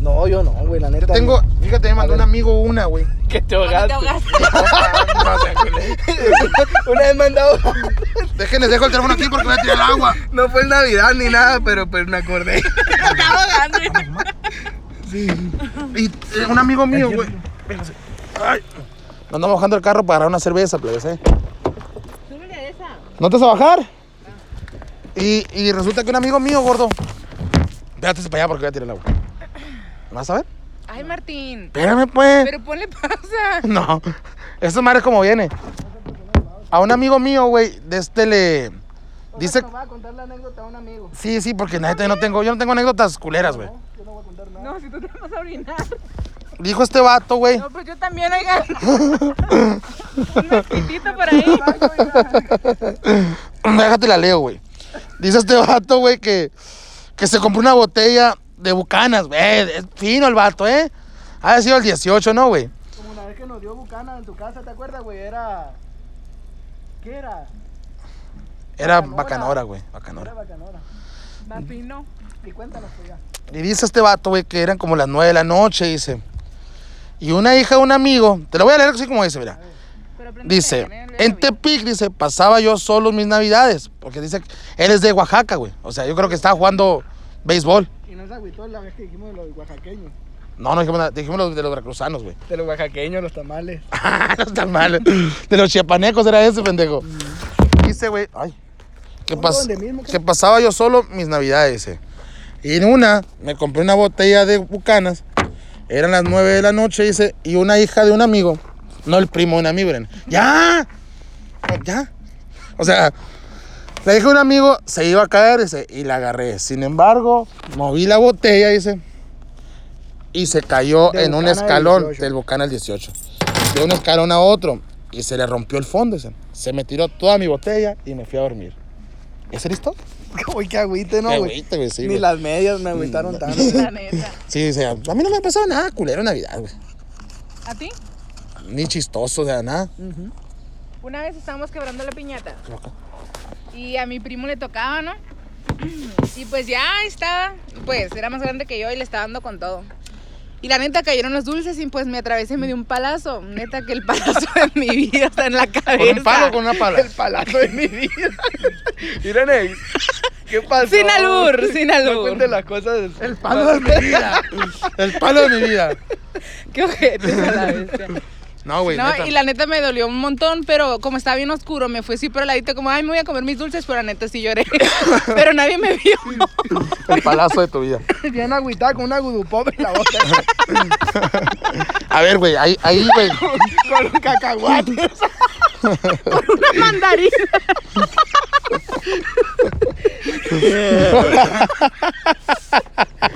Speaker 1: No, yo no, güey, la
Speaker 2: Yo
Speaker 1: neta.
Speaker 2: tengo, fíjate, me mandó
Speaker 1: A
Speaker 2: un
Speaker 1: ver.
Speaker 2: amigo una, [LAUGHS] güey.
Speaker 5: Que te
Speaker 4: Cuando
Speaker 5: ahogaste.
Speaker 4: te ahogaste. [LAUGHS]
Speaker 2: No, o sea, güey.
Speaker 1: Una vez me han dado.
Speaker 2: Dejen, les dejo el teléfono aquí porque voy a tirar el agua.
Speaker 1: No fue en Navidad ni nada, pero pues me acordé.
Speaker 4: Te
Speaker 2: [LAUGHS]
Speaker 4: ahogaste.
Speaker 2: Y eh, un amigo mío, güey. Véngase. Ay. Nos andamos bajando el carro para agarrar una cerveza, plebes, eh. ¿No te vas a bajar? Y, y resulta que un amigo mío, gordo. Espérate para allá porque voy a tirar el agua. ¿Me ¿Vas a ver?
Speaker 3: Ay, Martín.
Speaker 2: Espérame, pues.
Speaker 3: Pero ponle pausa.
Speaker 2: [LAUGHS] No. Eso madre es como viene. A un amigo mío, güey, de este le. Dice.
Speaker 1: voy a contar la anécdota a un amigo.
Speaker 2: Sí, sí, porque neta, no tengo, yo no tengo anécdotas culeras, güey.
Speaker 3: No, si tú te vas a orinar.
Speaker 2: Dijo este vato, güey. [CLEARS THROAT]
Speaker 3: No, pues yo también, oigan. [LAUGHS] Un mezquitito
Speaker 2: [LAUGHS]
Speaker 3: por ahí.
Speaker 2: Déjate la leo, güey. Dice este vato, güey, que, que se compró una botella de bucanas, güey. Es fino el vato, ¿eh? Ha de haber sido el 18, ¿no, güey?
Speaker 1: Como una vez que nos dio Bucana en tu casa, ¿te acuerdas, güey? Era. ¿Qué era?
Speaker 2: Era
Speaker 1: Bacanora.
Speaker 2: bacanora, güey.
Speaker 1: Era
Speaker 2: Bacanora.
Speaker 1: bacanora.
Speaker 3: Martín, no.
Speaker 1: Y cuéntanos, pues ya.
Speaker 2: Y dice este vato, güey, que eran como las 9 de la noche, dice. Y una hija de un amigo, te lo voy a leer así como dice, mira.
Speaker 3: Pero aprende
Speaker 2: Dice,
Speaker 3: bien, eh, léelo
Speaker 2: en
Speaker 3: bien.
Speaker 2: Tepic, dice, pasaba yo solo mis navidades. Porque dice, que él es de Oaxaca, güey. O sea, yo creo que estaba jugando béisbol.
Speaker 1: Y nos agüitó la vez que dijimos de los oaxaqueños.
Speaker 2: No, no dijimos, nada, dijimos los de los veracruzanos, güey. [LAUGHS]
Speaker 1: De los oaxaqueños, los [LAUGHS] tamales.
Speaker 2: no está mal. De los chiapanecos era ese, pendejo. Dice, güey, ay. Que,
Speaker 1: No,
Speaker 2: pas-
Speaker 1: donde mismo,
Speaker 2: que pasaba yo solo mis navidades, dice. Y en una, me compré una botella de bucanas. Eran las 9 de la noche, dice. Y una hija de un amigo, no el primo de un amigo, eran, ¡Ya! ¡Ya! O sea, le dije a un amigo, se iba a caer, dice, y la agarré. Sin embargo, moví la botella, dice, y se cayó
Speaker 1: Del
Speaker 2: en un
Speaker 1: Bucana del
Speaker 2: escalón
Speaker 1: 18.
Speaker 2: del Bucana al 18. De un escalón a otro, y se le rompió el fondo, dice. Se me tiró toda mi botella y me fui a dormir. ¿Esa es listo?
Speaker 1: Uy, qué agüite, ¿no,
Speaker 2: Qué
Speaker 1: güey?
Speaker 2: agüite, güey, sí,
Speaker 1: Ni
Speaker 2: güey. Mm,
Speaker 1: las medias me agüitaron tanto. [LAUGHS]
Speaker 4: La neta.
Speaker 2: Sí, dice, a mí no me ha pasado nada culero en Navidad, güey.
Speaker 3: ¿A ti?
Speaker 2: Ni chistoso, o sea, nada.
Speaker 3: Una vez estábamos quebrando la piñata. Y a mi primo le tocaba, ¿no? Y pues ya estaba, pues era más grande que yo y le estaba dando con todo. Y la neta cayeron los dulces y pues me atravesé y me dio un palazo. Neta que el palazo de mi vida está en la
Speaker 2: ¿Con
Speaker 3: cabeza.
Speaker 2: un palo o con una pala?
Speaker 1: palazo de mi vida. [LAUGHS] Miren, ey, ¿qué pasó?
Speaker 3: Sin albur, sin albur.
Speaker 1: No cuente las cosas.
Speaker 2: El palo de mi vida. El palo de mi vida. [LAUGHS]
Speaker 3: Qué ojete a la bestia.
Speaker 2: No,
Speaker 1: pues,
Speaker 2: güey.
Speaker 3: No,
Speaker 2: neta.
Speaker 3: y la neta me dolió un montón, pero como estaba bien oscuro, me fui así por el ladito como, ay, me voy a comer mis dulces, pero la neta
Speaker 1: [LAUGHS]
Speaker 3: sí lloré. pero nadie me vio.
Speaker 2: El palazo de tu vida.
Speaker 1: [LAUGHS] Bien agüitada con una gudupop en la boca.
Speaker 2: A ver, güey, ahí, ahí,
Speaker 1: [LAUGHS]
Speaker 2: güey.
Speaker 1: con un cacahuate.
Speaker 3: Una
Speaker 1: [LAUGHS]
Speaker 3: [LAUGHS] mandarina.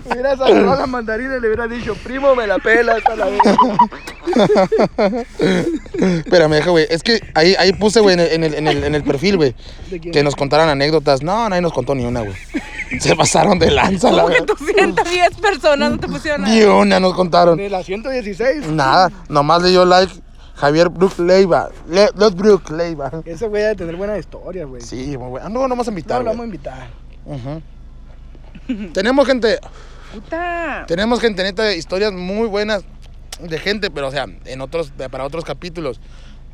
Speaker 1: Hubiera saludado a la mandarina y le hubiera dicho, primo, me la pelas a la vez.
Speaker 2: Espérame, deja, güey. Es que ahí, ahí puse, güey, en el, en el, en el- en el perfil, güey.
Speaker 1: ¿De quién?
Speaker 2: Que nos contaran anécdotas. No, nadie nos contó ni una, güey. [LAUGHS] Se pasaron de lanza, la verdad.
Speaker 3: 210 personas no te pusieron nada.
Speaker 2: Ni una nos contaron.
Speaker 1: De la 116.
Speaker 2: Nada, nomás le dio like Javier Brook Leiva. Le, Lot Brook Leiva.
Speaker 1: Ese güey debe tener buenas historias, güey.
Speaker 2: Sí, muy bueno. Ah, No, no vamos a
Speaker 1: No
Speaker 2: invitar.
Speaker 1: lo vamos a
Speaker 2: güey.
Speaker 1: invitar.
Speaker 2: Ujú. Tenemos gente,
Speaker 3: Puta.
Speaker 2: tenemos gente neta de historias muy buenas de gente, pero o sea, en otros, para otros capítulos.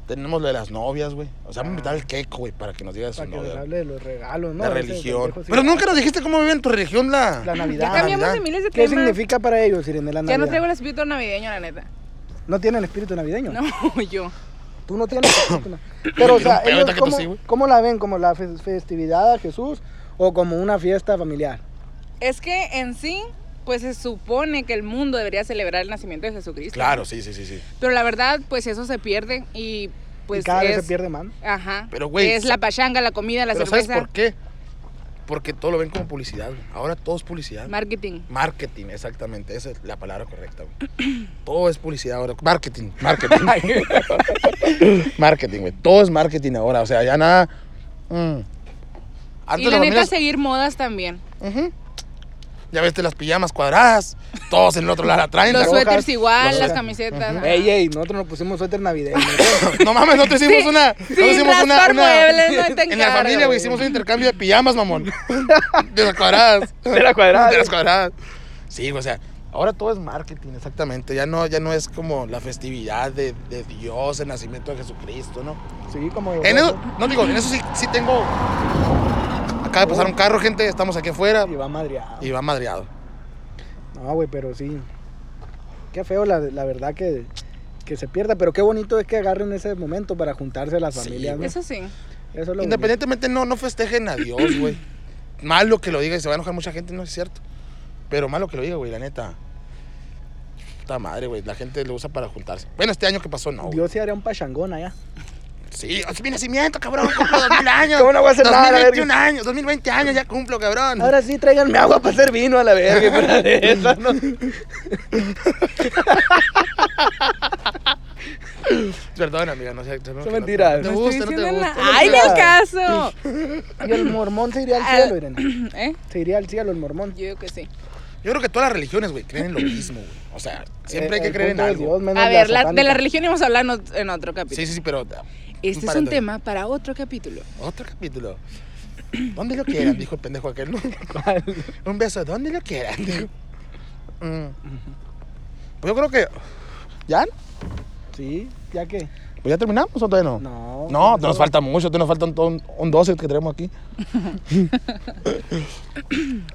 Speaker 2: Tenemos lo de las novias, güey. O sea, vamos a invitar al queco, güey, para que nos diga de su
Speaker 1: Para que nos
Speaker 2: novia.
Speaker 1: hable de los regalos, ¿no?
Speaker 2: la
Speaker 1: Ese
Speaker 2: religión.
Speaker 1: pendejo sí
Speaker 2: Pero
Speaker 1: la-
Speaker 2: nunca nos dijiste cómo viven tu religión la.
Speaker 1: La
Speaker 3: Ya
Speaker 1: Navidad.
Speaker 3: cambiamos de
Speaker 2: Navidad.
Speaker 3: miles de
Speaker 1: ¿Qué
Speaker 3: temas.
Speaker 1: significa para ellos, Irene, la
Speaker 3: Ya
Speaker 1: Navidad?
Speaker 3: no traigo el espíritu navideño, la neta.
Speaker 1: ¿No tienen espíritu navideño?
Speaker 3: No, [LAUGHS] yo.
Speaker 1: Tú no tienes. espíritu nav- Pero, o sea,
Speaker 2: Pero
Speaker 1: ellos
Speaker 2: ahorita que tú
Speaker 1: cómo,
Speaker 2: sí, güey.
Speaker 1: cómo la ven? ¿Como la fe- festividad a Jesús o como una fiesta familiar?
Speaker 3: Es que en sí, pues se supone que el mundo debería celebrar el nacimiento de Jesucristo.
Speaker 2: Claro, sí, sí, sí, sí.
Speaker 3: Pero la verdad, pues eso se pierde y pues
Speaker 1: y cada
Speaker 3: es...
Speaker 1: vez se pierde más.
Speaker 3: Ajá.
Speaker 2: Pero, güey,
Speaker 3: Es la pachanga, la comida, la
Speaker 2: Pero ¿sabes
Speaker 3: cerveza.
Speaker 2: por qué? Porque todo lo ven como publicidad, güey. Ahora todo es publicidad.
Speaker 3: Marketing.
Speaker 2: Marketing, exactamente, esa es la palabra correcta. güey. [CLEARS THROAT] Todo es publicidad ahora. Marketing,
Speaker 1: [LAUGHS]
Speaker 2: marketing. [LAUGHS] marketing, güey. Todo es marketing ahora. O sea, ya nada. mm. Antes
Speaker 3: y la
Speaker 2: las
Speaker 3: neta,
Speaker 2: familias-
Speaker 3: seguir modas también.
Speaker 2: Ujú. Ya viste las pijamas cuadradas. Todos en el otro lado la traen.
Speaker 3: Los
Speaker 2: la-
Speaker 1: suéteres.
Speaker 3: suéteres igual,
Speaker 2: Los
Speaker 3: las
Speaker 2: suéteres.
Speaker 3: camisetas. ajá.
Speaker 1: Ey, ey, nosotros nos pusimos suéter navideño.
Speaker 2: No mames, no te hicimos una. No te
Speaker 3: Sin
Speaker 2: hicimos una.
Speaker 3: raspar
Speaker 2: una-
Speaker 3: muebles, no te
Speaker 2: En la familia,
Speaker 3: encargo,
Speaker 2: güey, hicimos un intercambio de pijamas, mamón. De las cuadradas.
Speaker 1: De la cuadrada.
Speaker 2: De las cuadradas. Sí, güey, o sea, Ahora todo es marketing, exactamente. Ya no, ya no es como la festividad de, de Dios, el nacimiento de Jesucristo, ¿no?
Speaker 1: Sí, como.
Speaker 2: En eso, no digo, en eso sí, sí tengo. Acaba de pasar un carro, gente, estamos aquí afuera
Speaker 1: Y va madreado.
Speaker 2: y va madreado.
Speaker 1: No, güey, pero sí. Qué feo, la, la verdad, que, que se pierda. Pero qué bonito es que agarren ese momento para juntarse las
Speaker 2: Sí,
Speaker 1: familias, ¿no?
Speaker 3: Eso sí.
Speaker 1: Eso es lo
Speaker 2: Independientemente, no, no festejen a Dios,
Speaker 1: [CLEARS THROAT]
Speaker 2: güey. Malo que lo diga y se va a enojar mucha gente, no es cierto. Pero malo que lo diga, güey, la neta. Puta madre, güey, la gente lo usa para juntarse. Bueno, este año que pasó, no.
Speaker 1: bonito.
Speaker 2: güey.
Speaker 1: Dios se haría un pachangón allá.
Speaker 2: Sí, así mi nacimiento, cabrón, cumplo
Speaker 1: [LAUGHS]
Speaker 2: 2000 años.
Speaker 1: ¿Cómo no voy a hacer nada, la
Speaker 2: 2021 años, 2020 años, ya cumplo, cabrón.
Speaker 1: Ahora sí, tráiganme agua para hacer vino a la [LAUGHS] verga. fuera de eso, ¿no?
Speaker 2: Perdón, amiga, no sé. Eso
Speaker 1: Son mentiras.
Speaker 2: No, te
Speaker 1: No
Speaker 3: estoy
Speaker 2: gusta, no te
Speaker 3: diciendo
Speaker 2: gusta.
Speaker 3: nada. ¡Ay,
Speaker 1: gusta.
Speaker 3: el
Speaker 2: [LAUGHS]
Speaker 3: caso!
Speaker 1: Y el mormón se iría al cielo, Irene.
Speaker 3: ¿Eh?
Speaker 1: Se iría al cielo el mormón.
Speaker 3: Yo digo que sí.
Speaker 2: Yo creo que todas las religiones, güey, creen en lo mismo, güey. O sea, siempre
Speaker 1: Eh, El-
Speaker 2: hay que
Speaker 1: el
Speaker 2: creer en
Speaker 1: punto de Dios,
Speaker 2: algo.
Speaker 1: menos
Speaker 3: A ver, la- de la
Speaker 1: satánica.
Speaker 3: religión íbamos a hablar en ot- en otro capítulo.
Speaker 2: Sí, sí, sí, pero.
Speaker 3: Este es un
Speaker 2: paréntesis.
Speaker 3: tema para otro
Speaker 2: [LAUGHS]
Speaker 3: capítulo.
Speaker 2: Otro capítulo. [CLEARS THROAT] ¿Dónde lo quieran? Dijo el pendejo aquel. [LAUGHS] ¿no? Un beso, ¿dónde lo quieran? Dijo. Mm. Pues yo creo que. ¿Ya?
Speaker 1: Sí, ¿ya qué?
Speaker 2: ¿Pues ya terminamos o todavía no?
Speaker 1: No.
Speaker 2: No,
Speaker 1: Eso-
Speaker 2: nos falta mucho, todavía nos faltan todo un, un 12 que
Speaker 1: [LAUGHS]
Speaker 2: tenemos aquí.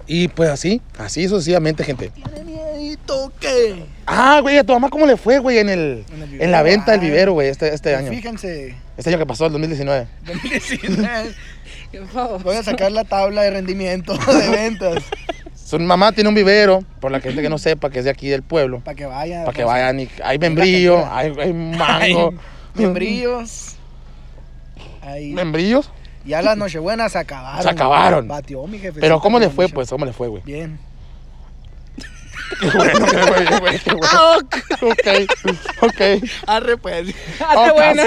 Speaker 2: y pues así, así sucesivamente, gente. Ah, güey, a tu mamá cómo le fue, güey, en, el,
Speaker 1: En el
Speaker 2: en, la
Speaker 1: vivero,
Speaker 2: venta del
Speaker 1: ay.
Speaker 2: vivero, güey, este, este
Speaker 1: [LAUGHS]
Speaker 2: año.
Speaker 1: Fíjense,
Speaker 2: Este año que pasó, el 2019.
Speaker 3: Por favor.
Speaker 1: voy a sacar la tabla de rendimiento de ventas [LAUGHS]
Speaker 2: Su mamá tiene un vivero, por la gente que no sepa, que es de aquí del pueblo.
Speaker 1: para que pues. vayan.
Speaker 2: Para que vayan y hay membrillo, hay, hay mango.
Speaker 1: Membrillos. Ahí.
Speaker 2: ¿Membrillos?
Speaker 1: Ya las nochebuenas se acabaron.
Speaker 2: Se acabaron.
Speaker 1: Batió mi jefe.
Speaker 2: Pero ¿cómo le fue, pues? ¿Cómo le
Speaker 1: [LAUGHS]
Speaker 2: fue, güey?
Speaker 1: Bien.
Speaker 2: Qué bueno, qué bueno, güey, qué bueno. [LAUGHS]
Speaker 3: Ah, ok.
Speaker 2: Ok, ok.
Speaker 1: Arre, pues. [LAUGHS]
Speaker 3: Ah,
Speaker 2: Oh,
Speaker 3: qué bueno.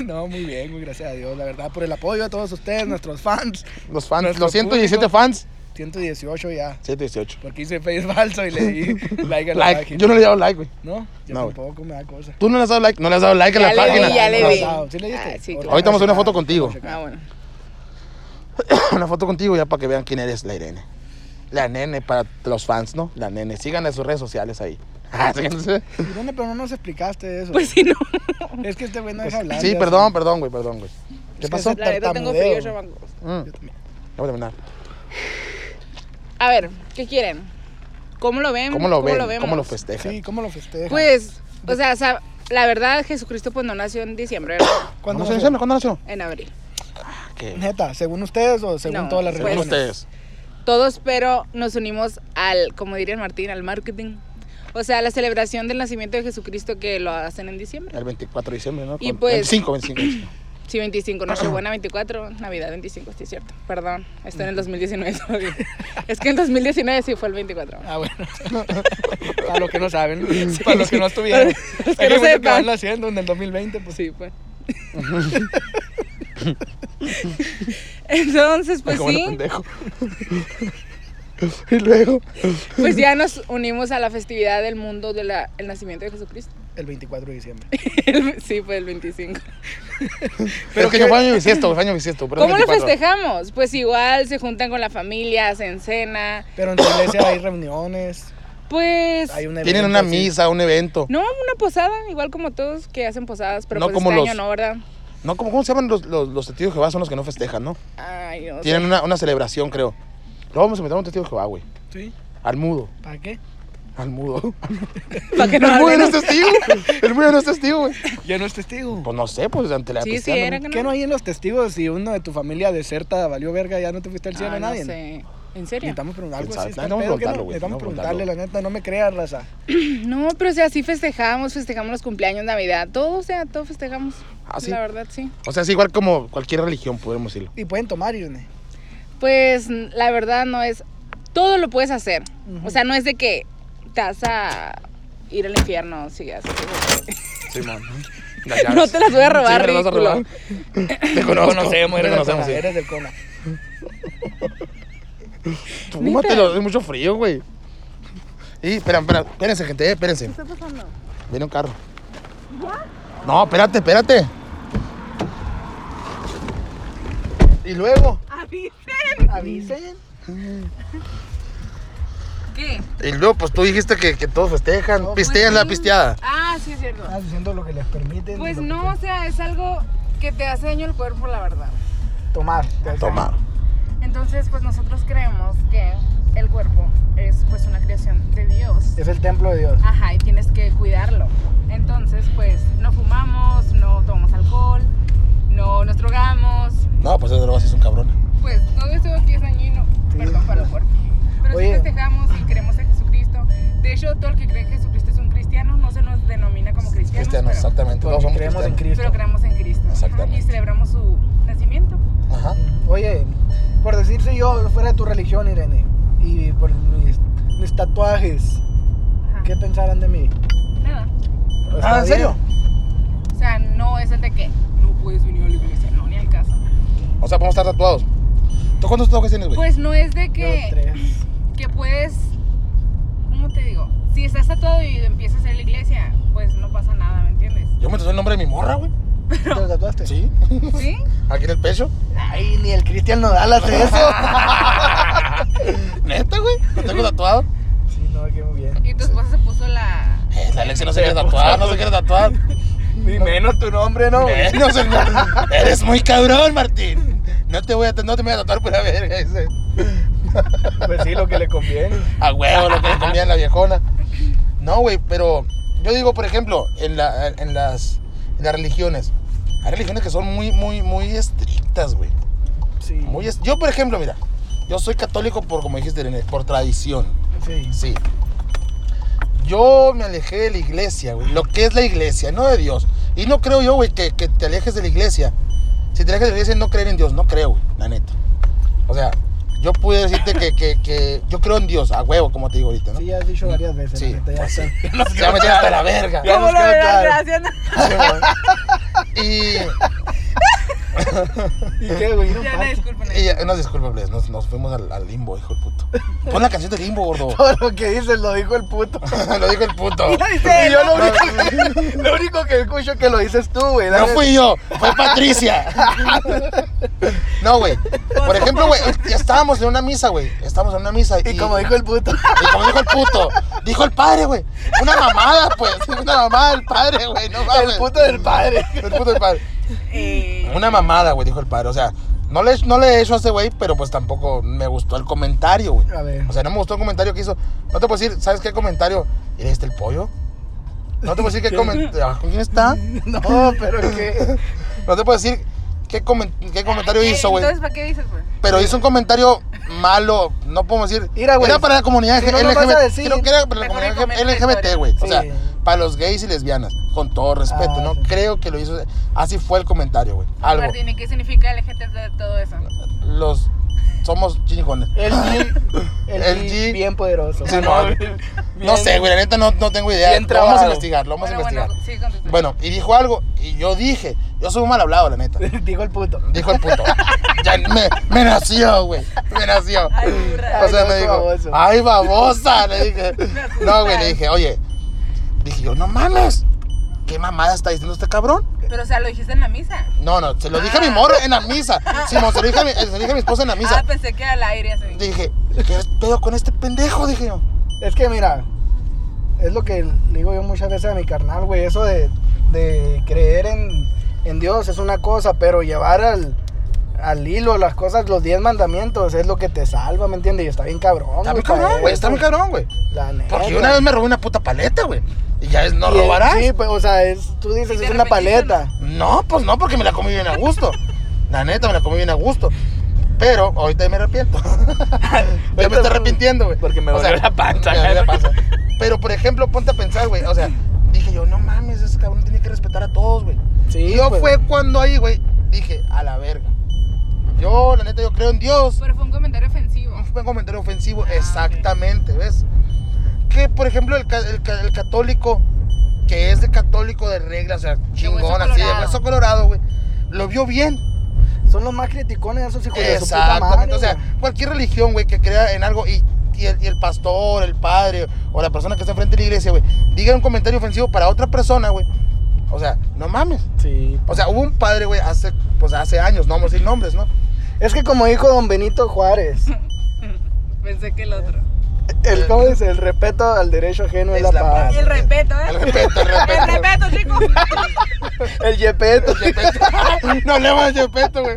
Speaker 1: No, muy bien, muy gracias a Dios, la verdad, por el apoyo a todos ustedes, nuestros fans.
Speaker 2: Los fans,
Speaker 1: Nuestro
Speaker 2: los 117
Speaker 1: público.
Speaker 2: fans.
Speaker 1: 118 ya.
Speaker 2: 118.
Speaker 1: Porque hice face falso y le
Speaker 2: [LAUGHS]
Speaker 1: di like a la
Speaker 2: Like.
Speaker 1: página.
Speaker 2: Yo no le he dado like, güey.
Speaker 1: No, yo
Speaker 2: No, güey.
Speaker 1: tampoco me da cosa.
Speaker 2: Tú no le has dado like, no le has dado like
Speaker 3: Ya
Speaker 2: a la
Speaker 3: le di,
Speaker 2: página.
Speaker 3: ya le
Speaker 1: No,
Speaker 3: vi.
Speaker 1: no, ¿Sí le diste?
Speaker 3: Ah, sí, claro.
Speaker 2: Ahorita vamos a hacer una
Speaker 1: checar,
Speaker 2: foto contigo.
Speaker 1: vamos a
Speaker 3: Ah,
Speaker 1: checar.
Speaker 3: bueno.
Speaker 2: Una foto contigo ya para que vean quién eres, la Irene. La nene para los fans, ¿no? La nene. Síganla en sus redes sociales ahí. [LAUGHS] Ah,
Speaker 1: Irene, pero no nos explicaste eso.
Speaker 3: Pues si no.
Speaker 1: es que este güey no deja hablar.
Speaker 2: pues, Sí,
Speaker 1: ya
Speaker 2: perdón, perdón, güey, perdón, güey.
Speaker 1: sé.
Speaker 2: ¿Qué
Speaker 1: Es que
Speaker 2: pasó?
Speaker 1: ese
Speaker 3: La neta tengo frío,
Speaker 1: tartamudeo.
Speaker 3: chamacos.
Speaker 2: Mm.
Speaker 1: Yo también.
Speaker 2: Ya voy a terminar.
Speaker 3: A ver, ¿qué quieren? Em, ¿Cómo lo ven?
Speaker 2: ¿Cómo lo ven? ¿Cómo lo,
Speaker 3: vemos?
Speaker 2: festejan?
Speaker 1: Sí, ¿cómo lo festejan?
Speaker 3: Pues, o sea, sa- la verdad, Jesucristo pues no nació en diciembre, ¿no?
Speaker 1: ¿Cuándo
Speaker 2: ¿Cuándo nació?
Speaker 1: nació?
Speaker 2: ¿Cuándo nació?
Speaker 3: [COUGHS] en abril. Eh,
Speaker 2: ¿Qué?
Speaker 1: Neta, ¿según ustedes o según
Speaker 3: No,
Speaker 1: todas las
Speaker 3: según
Speaker 2: Según
Speaker 1: religiones?
Speaker 2: ustedes.
Speaker 3: Todos, pero nos unimos al, como diría el Martín, al marketing. O sea, la celebración del nacimiento de Jesucristo que lo hacen en diciembre.
Speaker 2: El 24 de diciembre, ¿no?
Speaker 3: Y
Speaker 2: Con-
Speaker 3: pues-
Speaker 2: 25, 25.
Speaker 3: Sí, 25, Nochebuena 24, Navidad 25, sí, cierto. Perdón, está en el 2019 todavía. Es que en 2019 sí fue el 24.
Speaker 1: Ah, bueno. [LAUGHS] Para los que no saben, para los que no estuvieron.
Speaker 3: Para los que
Speaker 1: Hay
Speaker 3: no
Speaker 1: muchos que
Speaker 3: sepan.
Speaker 1: van haciendo en el 2020, pues sí.
Speaker 3: Sí, pues. Entonces,
Speaker 2: [LAUGHS]
Speaker 3: pues
Speaker 2: Como el
Speaker 3: sí,
Speaker 2: Ah,
Speaker 3: [LAUGHS]
Speaker 2: pendejo. y luego.
Speaker 3: pues ya nos unimos a la festividad del mundo del nacimiento de Jesucristo. [LAUGHS]
Speaker 1: El 24 de diciembre.
Speaker 3: El- sí, fue el 25.
Speaker 2: Pero que fue año bisiesto, fue año bisiesto. pero
Speaker 3: ¿Cómo lo
Speaker 2: 24.
Speaker 3: festejamos? Pues igual se juntan con la familia, hacen cena,
Speaker 1: Pero en tu iglesia hay reuniones,
Speaker 3: pues...
Speaker 1: hay un
Speaker 2: Tienen
Speaker 1: evento,
Speaker 2: una
Speaker 1: sí.
Speaker 2: misa, un evento.
Speaker 3: No, una posada, igual como todos que hacen posadas, pero
Speaker 2: No
Speaker 3: pues
Speaker 2: como
Speaker 3: este
Speaker 2: los-
Speaker 3: año no, ¿verdad?
Speaker 2: No, ¿cómo, cómo se llaman los, los, los testigos de Jehová? Son los que no festejan, ¿no?
Speaker 3: Ay, no sé. [LAUGHS]
Speaker 2: Tienen una, una celebración, creo. Luego vamos a invitar a un testigo de Jehová, güey.
Speaker 1: Sí.
Speaker 2: Al mudo.
Speaker 1: ¿Para qué?
Speaker 2: Al mudo. [LAUGHS]
Speaker 3: Pa' que no
Speaker 2: el mudo no
Speaker 3: hablen.
Speaker 2: este es testigo. El mudo no es testigo, güey.
Speaker 1: Ya no es testigo.
Speaker 2: Pues no sé, pues ante la
Speaker 3: Sí, sí,
Speaker 2: cristiana,
Speaker 3: era que no.
Speaker 1: ¿Qué no hay en los testigos si uno de tu familia deserta, valió verga, ya no te fuiste al cielo
Speaker 3: Ah,
Speaker 1: a
Speaker 3: no
Speaker 1: nadie?
Speaker 3: sé. ¿En serio?
Speaker 1: Necesitamos preguntar algo
Speaker 2: ¿Quién
Speaker 1: así.
Speaker 2: sabe?
Speaker 1: está
Speaker 2: Necesitamos
Speaker 1: el pedo, ¿qué no?
Speaker 2: preguntarlo, güey,
Speaker 1: Necesitamos
Speaker 2: necesitamos
Speaker 1: preguntarle, la neta, no me creas, raza.
Speaker 3: No, pero o sea, sí festejamos, festejamos los cumpleaños, Navidad, todo, o sea, todo festejamos.
Speaker 2: Ah, sí.
Speaker 3: La verdad, sí.
Speaker 2: O sea, es igual como cualquier religión, podemos decirlo.
Speaker 1: Y pueden tomar, Irene.
Speaker 3: Pues n- la verdad no es, todo lo puedes hacer.
Speaker 1: Ujú.
Speaker 3: O sea, no es de que te vas a ir al infierno si haces
Speaker 2: Sí, man.
Speaker 3: [LAUGHS] No te las voy a robar,
Speaker 2: Sí, me las vas a
Speaker 3: ridículo.
Speaker 2: robar. [LAUGHS] Te conozco.
Speaker 1: Conocemos, eres,
Speaker 2: te
Speaker 1: del
Speaker 2: conocemos,
Speaker 1: Cona,
Speaker 2: sí.
Speaker 1: eres del Cona.
Speaker 2: Tómatelo, hace mucho frío, güey. Y, espera, espera, espérense, gente, eh, espérense.
Speaker 3: ¿Qué está pasando?
Speaker 2: Viene un carro. No, espérate, espérate. Y luego,
Speaker 1: Avisen.
Speaker 4: ¿Qué?
Speaker 2: Y luego, pues tú dijiste que, que todos festejan,
Speaker 1: No, pues,
Speaker 2: pistean la
Speaker 4: sí.
Speaker 2: pisteada.
Speaker 4: Ah, sí, es cierto.
Speaker 1: Estás diciendo lo que les permiten.
Speaker 4: Pues
Speaker 1: lo que
Speaker 4: no, o sea, es algo que te hace daño al cuerpo, la verdad.
Speaker 1: pueden Tomar. te hacen-
Speaker 2: Toma.
Speaker 3: Entonces, pues nosotros creemos que el cuerpo es pues una creación de Dios.
Speaker 1: Es el templo de Dios.
Speaker 3: Ajá, y tienes que cuidarlo. Entonces, pues no fumamos, no tomamos alcohol, no nos drogamos.
Speaker 2: No, pues esas drogas sí son cabrones.
Speaker 3: Pues todo eso aquí es dañino,
Speaker 1: Sí.
Speaker 3: perdón, para el cuerpo. Pero
Speaker 1: Oye.
Speaker 3: sí festejamos y creemos en Jesucristo. De hecho, todo el que cree que Jesucristo es un cristiano no se nos denomina como cristianos.
Speaker 2: Cristianos,
Speaker 3: pero-
Speaker 2: exactamente. Todos
Speaker 1: Porque
Speaker 2: somos
Speaker 1: creemos en
Speaker 2: cristianos.
Speaker 1: Cristo.
Speaker 3: Pero creemos en Cristo. ajá,
Speaker 2: Exactamente.
Speaker 3: Y celebramos su nacimiento.
Speaker 2: Ajá.
Speaker 1: Oye, por decir si yo fuera de tu religión, Irene, y por mis, mis tatuajes,
Speaker 3: Ajá.
Speaker 1: ¿qué pensarán de mí?
Speaker 3: Nada.
Speaker 1: ¿Está
Speaker 2: Ah, ¿en
Speaker 1: bien?
Speaker 2: serio?
Speaker 3: O sea, no es el de que no puedes venir a la iglesia, no, ni al caso.
Speaker 2: O sea, podemos estar tatuados. ¿Tú cuántos tatuajes tienes, güey?
Speaker 3: Pues no es de
Speaker 1: Yo
Speaker 3: que,
Speaker 1: tres.
Speaker 3: que puedes. ¿Cómo te digo? Si estás tatuado y empiezas a ir a la iglesia, pues no pasa nada, ¿me entiendes?
Speaker 2: [LAUGHS] Yo me tatué el nombre de mi morra, güey.
Speaker 1: ¿Te lo tatuaste?
Speaker 2: Sí.
Speaker 3: ¿Sí?
Speaker 2: Aquí en el pecho.
Speaker 1: Ay, ni el Cristian Nodal
Speaker 2: [LAUGHS]
Speaker 1: hace eso.
Speaker 2: Neta, güey. Lo tengo tatuado.
Speaker 1: sí, no, que muy bien.
Speaker 3: Y tu esposa se puso la.
Speaker 2: Eh, la Alexia no se quiere tatuar, no se quiere tatuar.
Speaker 1: Ni menos tu nombre, ¿no?
Speaker 2: Menos el- Eres muy cabrón, Martín. No te voy a, no te me voy a tatuar por la verga. Dice.
Speaker 1: Pues sí, lo que le conviene.
Speaker 2: A huevo, lo que le comían la viejona. No, güey, pero yo digo, por ejemplo, en, la, en, las, en las religiones. Hay religiones que son muy, muy, muy estrictas, güey.
Speaker 1: Sí.
Speaker 2: Muy est- yo, por ejemplo, mira, yo soy católico por, como dijiste, Irene, por tradición.
Speaker 1: Sí.
Speaker 2: Sí. Yo me alejé de la iglesia, güey. Lo que es la iglesia, no de Dios. Y no creo yo, güey, que, que te alejes de la iglesia. Si te alejas de la iglesia, no creer en Dios. No creo, güey, la neta. O sea, yo pude decirte que, que- que yo creo en Dios, a huevo, como te digo ahorita, ¿no?
Speaker 1: Sí, has dicho varias veces.
Speaker 2: Sí,
Speaker 1: la neta, ya
Speaker 2: pues
Speaker 1: está.
Speaker 2: Ya me tiene hasta la verga.
Speaker 1: Ya nos
Speaker 3: ¿Cómo lo
Speaker 1: quedó
Speaker 3: verás?
Speaker 1: claro.
Speaker 3: Gracias.
Speaker 2: Y,
Speaker 1: [LAUGHS] ¿Y qué, güey? ¿No
Speaker 3: Ya
Speaker 1: pasa?
Speaker 3: me disculpen. [LAUGHS]
Speaker 2: y no, disculpa, please, nos, nos fuimos al, al limbo, hijo del puto. Pon la canción de limbo, gordo. [LAUGHS]
Speaker 1: Todo lo que dices lo dijo el puto.
Speaker 2: Lo dijo el puto.
Speaker 1: Y yo lo único, que, [LAUGHS] lo único que escucho es que lo dices tú, güey.
Speaker 2: No
Speaker 1: Dale-
Speaker 2: fui yo, fue Patricia. [LAUGHS] No, güey. Por ejemplo, güey, estábamos en una misa, güey. Estábamos en una misa.
Speaker 1: Y como dijo el puto.
Speaker 2: y como dijo el puto, dijo el padre, güey. Una mamada, pues. Una mamada del padre, Ah, güey. No mames.
Speaker 1: [LAUGHS] El puto del padre. [LAUGHS]
Speaker 2: El puto del padre.
Speaker 3: Eh,
Speaker 2: Una mamada, güey, dijo el padre. O sea, no le, no le he hecho a ese güey, pero pues tampoco me gustó el comentario, güey.
Speaker 1: A ver.
Speaker 2: O sea, no me gustó el comentario que hizo. No te puedo decir, ¿sabes qué comentario? ¿Y le diste el pollo? No te
Speaker 1: [LAUGHS]
Speaker 2: puedo decir qué comentario. ¿Con quién está?
Speaker 1: No, pero que.
Speaker 2: No te puedo decir qué, comen- qué comentario
Speaker 3: ¿qué?
Speaker 2: hizo, güey.
Speaker 3: eh, Entonces, ¿para qué dices, pues? güey?
Speaker 2: Pero hizo un comentario malo, no podemos decir.
Speaker 1: Mira, güey,
Speaker 2: Era para la comunidad
Speaker 1: si no lo vas a
Speaker 2: LGBT.
Speaker 1: decir,
Speaker 2: creo que era para la
Speaker 3: mejor
Speaker 2: comunidad
Speaker 3: comenta la
Speaker 2: LGBT,
Speaker 3: historia.
Speaker 2: güey. O
Speaker 1: Sí.
Speaker 2: sea, para los gays y lesbianas. Con todo respeto,
Speaker 1: Ah,
Speaker 2: ¿no?
Speaker 1: sí.
Speaker 2: Creo que lo hizo. Así fue el comentario, güey. Algo.
Speaker 3: Martín, ¿y qué significa el de todo eso?
Speaker 2: Los. Somos chingones.
Speaker 1: El G. El,
Speaker 2: Ah. El
Speaker 1: G,
Speaker 2: G.
Speaker 1: Bien poderoso. Ah,
Speaker 2: Sí, no, No
Speaker 1: Bien.
Speaker 2: sé, güey, la neta no, no tengo idea.
Speaker 1: Bien
Speaker 2: Lo vamos a
Speaker 1: trabado.
Speaker 2: investigar, lo vamos a investigar.
Speaker 3: Bueno, sí, contesta.
Speaker 2: Bueno, y dijo algo, y yo dije, yo soy un mal hablado, la neta.
Speaker 1: Dijo el puto.
Speaker 2: Dijo el
Speaker 3: [LAUGHS]
Speaker 2: puto. Ya me, me nació, güey. Me nació.
Speaker 3: Ay, burra.
Speaker 2: O sea,
Speaker 1: Ay, no,
Speaker 2: me dijo,
Speaker 1: baboso.
Speaker 2: ay, babosa. Le dije, [LAUGHS]
Speaker 3: asustas.
Speaker 2: no, güey, le dije, oye, dije yo, no mames. ¿Qué mamada está diciendo este cabrón?
Speaker 3: Pero, o sea, lo dijiste en la misa.
Speaker 2: No, no, se lo dije a mi morro en la misa. Simón, se lo dije a mi, se lo dije a mi esposa en la
Speaker 3: Ah,
Speaker 2: misa.
Speaker 3: pensé que era al aire así.
Speaker 2: Dije, ¿qué pedo con este pendejo? Dije yo.
Speaker 1: Es que mira, es lo que le digo yo muchas veces a mi carnal, güey. Eso de, de creer en, en Dios es una cosa, pero llevar al, al hilo las cosas, los 10 mandamientos, es lo que te salva, ¿me entiendes? Y está bien cabrón,
Speaker 2: Está muy
Speaker 1: para
Speaker 2: cabrón,
Speaker 1: eso.
Speaker 2: güey, está muy cabrón, güey.
Speaker 1: La neta.
Speaker 2: Porque yo una vez me robé una puta paleta, güey. Y ya es, no
Speaker 1: Y es-
Speaker 2: robarás.
Speaker 1: Sí, pues, o sea, es, tú
Speaker 3: ¿Y
Speaker 1: dices,
Speaker 3: te
Speaker 1: es una
Speaker 3: arrepentiste o no?
Speaker 1: paleta.
Speaker 2: No, pues no, porque me la comí bien a gusto. La neta, me la comí bien a gusto. Pero ahorita
Speaker 1: [LAUGHS]
Speaker 2: me arrepiento. ya me estoy arrepintiendo, güey.
Speaker 1: Porque me
Speaker 2: O sea,
Speaker 1: dolió la panza,
Speaker 2: me dolió la
Speaker 1: ¿no?
Speaker 2: panza. Pero, por ejemplo, ponte a pensar, güey. O sea, dije yo, no mames, ese cabrón tiene que respetar a todos, güey.
Speaker 1: Sí,
Speaker 2: yo
Speaker 1: pues.
Speaker 2: fue cuando ahí, güey, dije, a la verga. Yo, la neta, yo creo en Dios.
Speaker 3: Pero fue un comentario ofensivo.
Speaker 2: Fue un comentario ofensivo,
Speaker 3: Ah,
Speaker 2: exactamente, ¿ves? Que, por ejemplo, el, ca- el ca- el católico, que es de católico de regla, o sea, chingón, así, de
Speaker 3: colorado.
Speaker 2: hueso colorado, güey, lo vio bien.
Speaker 1: Son los más criticones esos hijos de su puta madre.
Speaker 2: Exactamente, o sea, cualquier religión, güey, que crea en algo y, y el, y el pastor, el padre o la persona que está enfrente de la iglesia, güey, diga un comentario ofensivo para otra persona, güey. O sea, no mames.
Speaker 1: Sí.
Speaker 2: O sea, hubo un padre, güey, hace, pues hace años, no vamos a decir nombres, ¿no? [LAUGHS]
Speaker 1: Es que como dijo don Benito Juárez,
Speaker 3: Pensé que el otro.
Speaker 1: El, ¿Cómo dice? El respeto al derecho ajeno es,
Speaker 2: Es
Speaker 1: la
Speaker 2: la
Speaker 1: paz.
Speaker 3: El respeto, ¿eh?
Speaker 2: El respeto, el respeto.
Speaker 3: El respeto, chicos.
Speaker 1: El yepeto.
Speaker 2: [LAUGHS] No hablemos de Chepeto, güey.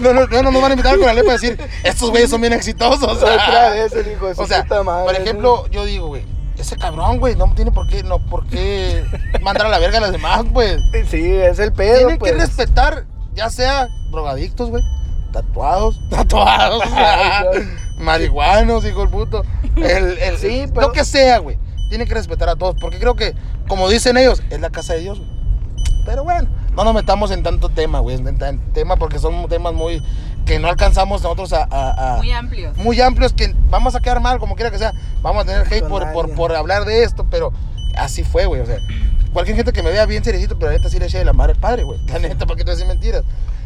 Speaker 2: No, no, no, no nos van a invitar con la lepa a decir, estos güeyes son bien [LAUGHS] exitosos.
Speaker 1: Otra vez el hijo de su
Speaker 2: O sea,
Speaker 1: puta madre.
Speaker 2: por ejemplo, yo digo, güey, ese cabrón, güey, no tiene por qué, no, por qué mandar a la verga a las demás, güey.
Speaker 1: ¿no? Sí, es el pedo.
Speaker 2: Tienen
Speaker 1: pues.
Speaker 2: que respetar, ya sea drogadictos, güey, tatuados, [LAUGHS] tatuados, o sea,
Speaker 1: Ay, Dios.
Speaker 2: marihuanos, hijo del puto. El, el-
Speaker 1: Sí,
Speaker 2: el-
Speaker 1: pero-
Speaker 2: Lo que sea, güey. Tienen que respetar a todos, porque creo que, como dicen ellos, es la casa de Dios, güey. Pero bueno, no nos metamos en tanto tema, güey, en, tan- tema porque son temas muy que no alcanzamos nosotros a- a- a
Speaker 3: [LAUGHS] Muy amplios.
Speaker 2: muy amplios que vamos a quedar mal, como quiera que sea. Vamos a tener hate
Speaker 1: Con
Speaker 2: por, por,
Speaker 1: alguien.
Speaker 2: por hablar de esto, pero así fue, güey. O sea, cualquier gente que me vea bien seriecito, pero la neta sí le eché de la madre al padre, güey. La neta, ¿para qué te voy a decir mentiras?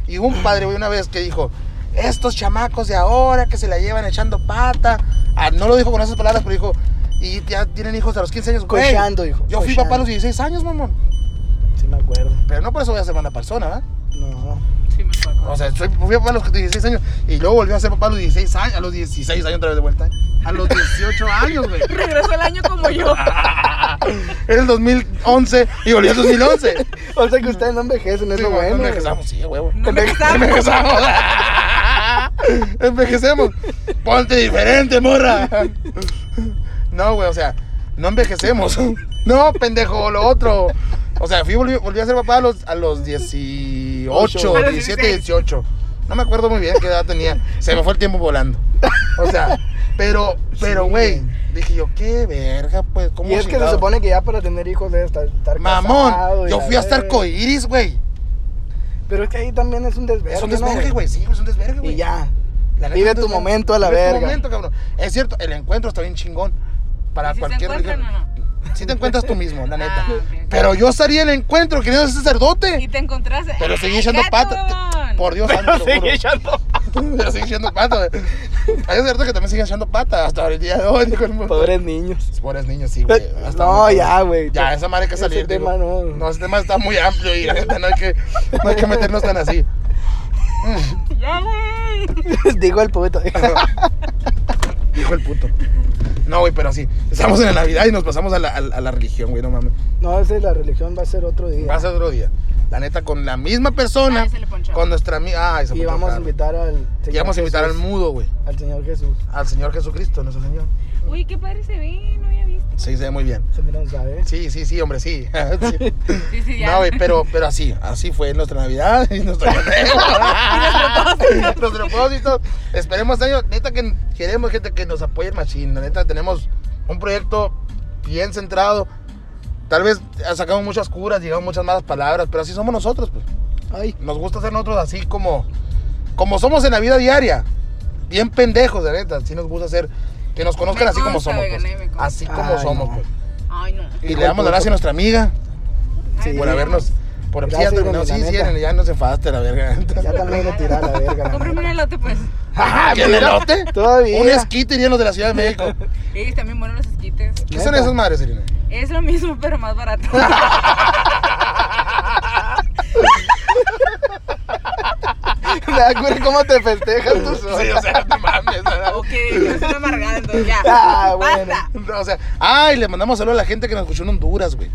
Speaker 2: Y hubo un padre, güey, una vez que dijo, estos chamacos de ahora que se la llevan echando pata. Ah, no lo dijo con esas palabras, pero dijo, y ya tienen hijos a los 15 años, güey.
Speaker 1: Cocheando, dijo,
Speaker 2: Yo fui
Speaker 1: cocheando.
Speaker 2: papá a los 16 años, mamón.
Speaker 1: Sí, me acuerdo.
Speaker 2: Pero no por eso voy a ser mala persona, ¿verdad?
Speaker 1: No.
Speaker 3: Sí, me acuerdo.
Speaker 2: O sea, soy, fui papá a los 16 años y luego volví a ser papá a los 16 años, a los 16 años otra vez de vuelta. ¿eh? A los 18 años, güey.
Speaker 3: Regresó el año como yo.
Speaker 2: Ah, Era el 2011 y volví al 2011.
Speaker 1: O sea que ustedes no envejecen, es
Speaker 2: Sí,
Speaker 1: lo
Speaker 2: güey,
Speaker 1: bueno.
Speaker 2: no
Speaker 1: güey.
Speaker 2: envejezamos, sí, huevo.
Speaker 3: No me casaba.
Speaker 2: Envejezamos. Envejecemos. Ponte diferente, morra. No, güey, o sea, no envejecemos. No, pendejo, lo otro. O sea, fui, volví, volví a ser papá a los, a los 18,
Speaker 1: A
Speaker 2: 17,
Speaker 3: los 16.
Speaker 2: 18. No me acuerdo muy bien qué edad tenía. Se me fue el tiempo volando. O sea, pero, pero,
Speaker 1: Sí.
Speaker 2: güey, dije yo, qué verga, pues, ¿cómo
Speaker 1: Y es que se
Speaker 2: chingados?
Speaker 1: supone que ya para tener hijos debe estar, estar casado
Speaker 2: Mamón,
Speaker 1: y
Speaker 2: yo
Speaker 1: la
Speaker 2: fui hasta
Speaker 1: verga.
Speaker 2: arcoiris, güey.
Speaker 1: Pero es que ahí también es un desvergue.
Speaker 2: Es un
Speaker 1: ¿no,
Speaker 2: desvergue, güey. Sí, güey, es un desvergue, güey.
Speaker 1: Y ya.
Speaker 2: La neta
Speaker 1: Vive
Speaker 2: es un
Speaker 1: tu
Speaker 2: desvergue.
Speaker 1: momento a la
Speaker 2: Vive tu
Speaker 1: verga.
Speaker 2: momento, cabrón. Es cierto, el encuentro está bien chingón. [LAUGHS] Para
Speaker 3: ¿Y si te
Speaker 2: cualquier
Speaker 3: encuentran
Speaker 2: Si te encuentras tú mismo, la neta.
Speaker 3: [LAUGHS] Ah, ok.
Speaker 2: Pero yo estaría en el encuentro queriendo ser sacerdote.
Speaker 3: Y te encontraste.
Speaker 2: Pero
Speaker 3: ¡Ay,
Speaker 2: seguí echando pata.
Speaker 3: gatón!
Speaker 2: Por Dios, santo, te lo juro. Pero sigue echando pata. güey. Hay cierto que también sigue echando pata hasta el día de hoy. digo, el mundo.
Speaker 1: Pobres niños.
Speaker 2: Pobres niños, sí, güey. Eh, Hasta
Speaker 1: No,
Speaker 2: ahorita,
Speaker 1: ya, güey. [LAUGHS]
Speaker 2: Ya, esa madre hay que
Speaker 1: Ese
Speaker 2: salir.
Speaker 1: tema
Speaker 2: digo.
Speaker 1: no.
Speaker 2: ese tema está muy amplio y la neta no hay que, no hay que meternos tan así.
Speaker 3: Ya, güey.
Speaker 1: Digo el poeta. [LAUGHS]
Speaker 2: Dijo el puto. No, güey, pero sí. Estamos en la Navidad y nos pasamos a la, a la- a la religión, güey, no mames.
Speaker 1: No, ese de la religión va a ser otro día.
Speaker 2: Va a ser otro día. La neta, con la misma persona.
Speaker 3: Ay, se Ah, le ponchó.
Speaker 2: con nuestra ah, amiga. Ay, se
Speaker 1: Y
Speaker 2: ponchó,
Speaker 1: vamos a
Speaker 2: claro.
Speaker 1: invitar al
Speaker 2: Y vamos a invitar al
Speaker 1: Jesús,
Speaker 2: mudo, güey.
Speaker 1: al Señor Jesús.
Speaker 2: Al Señor Jesucristo, nuestro Señor.
Speaker 3: Uy, qué padre se ve. No había visto.
Speaker 2: Sí, se ve muy bien.
Speaker 1: Se miran, ¿sabes?
Speaker 2: Sí, sí, sí, hombre, sí. [LAUGHS] Sí.
Speaker 3: Sí, sí, ya.
Speaker 2: No, güey, pero, pero así, así fue nuestra Navidad y
Speaker 3: [LAUGHS]
Speaker 2: nuestro año nuevo. Nuestros propósitos. Esperemos este año. Neta que queremos gente que nos apoye en Machine. La Neta, tenemos un proyecto bien centrado. Tal vez sacamos muchas curas, llegamos muchas malas palabras, pero así somos nosotros, pues.
Speaker 1: Ay,
Speaker 2: Nos gusta ser nosotros así como, como somos en la vida diaria. Bien pendejos, la neta. Sí nos gusta ser. Que nos conozcan
Speaker 3: Me
Speaker 2: así como
Speaker 3: consta,
Speaker 2: somos.
Speaker 3: oigan,
Speaker 2: pues.
Speaker 3: eh, me consta.
Speaker 2: Así como
Speaker 1: Ay,
Speaker 2: somos,
Speaker 1: no.
Speaker 2: pues.
Speaker 3: Ay, no.
Speaker 2: Y
Speaker 1: Hijo
Speaker 2: le
Speaker 1: de
Speaker 2: damos las gracias a nuestra amiga
Speaker 3: Ay,
Speaker 1: Sí.
Speaker 2: por
Speaker 3: no.
Speaker 2: habernos. Por sí, ya
Speaker 1: Gracias,
Speaker 2: terminó.
Speaker 1: doña
Speaker 2: Sí, sí,
Speaker 1: Neta.
Speaker 2: ya nos enfadaste la verga. [LAUGHS]
Speaker 1: ya también le tirar la verga. la
Speaker 3: Cómprame un elote, pues.
Speaker 2: Ajá, ¿Qué elote?
Speaker 1: Todavía.
Speaker 2: Un esquite irían los de la Ciudad de México.
Speaker 3: Ellos también buenos los esquites.
Speaker 2: ¿Qué
Speaker 1: Neta.
Speaker 2: son esas madres,
Speaker 1: [LAUGHS]
Speaker 2: Irina?
Speaker 3: Es lo mismo, pero más barato.
Speaker 2: [LAUGHS]
Speaker 1: Me da cura cómo te [LAUGHS] festejas tú solo.
Speaker 2: Sí, o sea, no mames.
Speaker 1: [LAUGHS]
Speaker 3: ok, me están amargando. Ya.
Speaker 1: Ah, bueno.
Speaker 3: Basta.
Speaker 2: No, o sea, ay, le mandamos saludos a la gente que nos escuchó en Honduras, güey.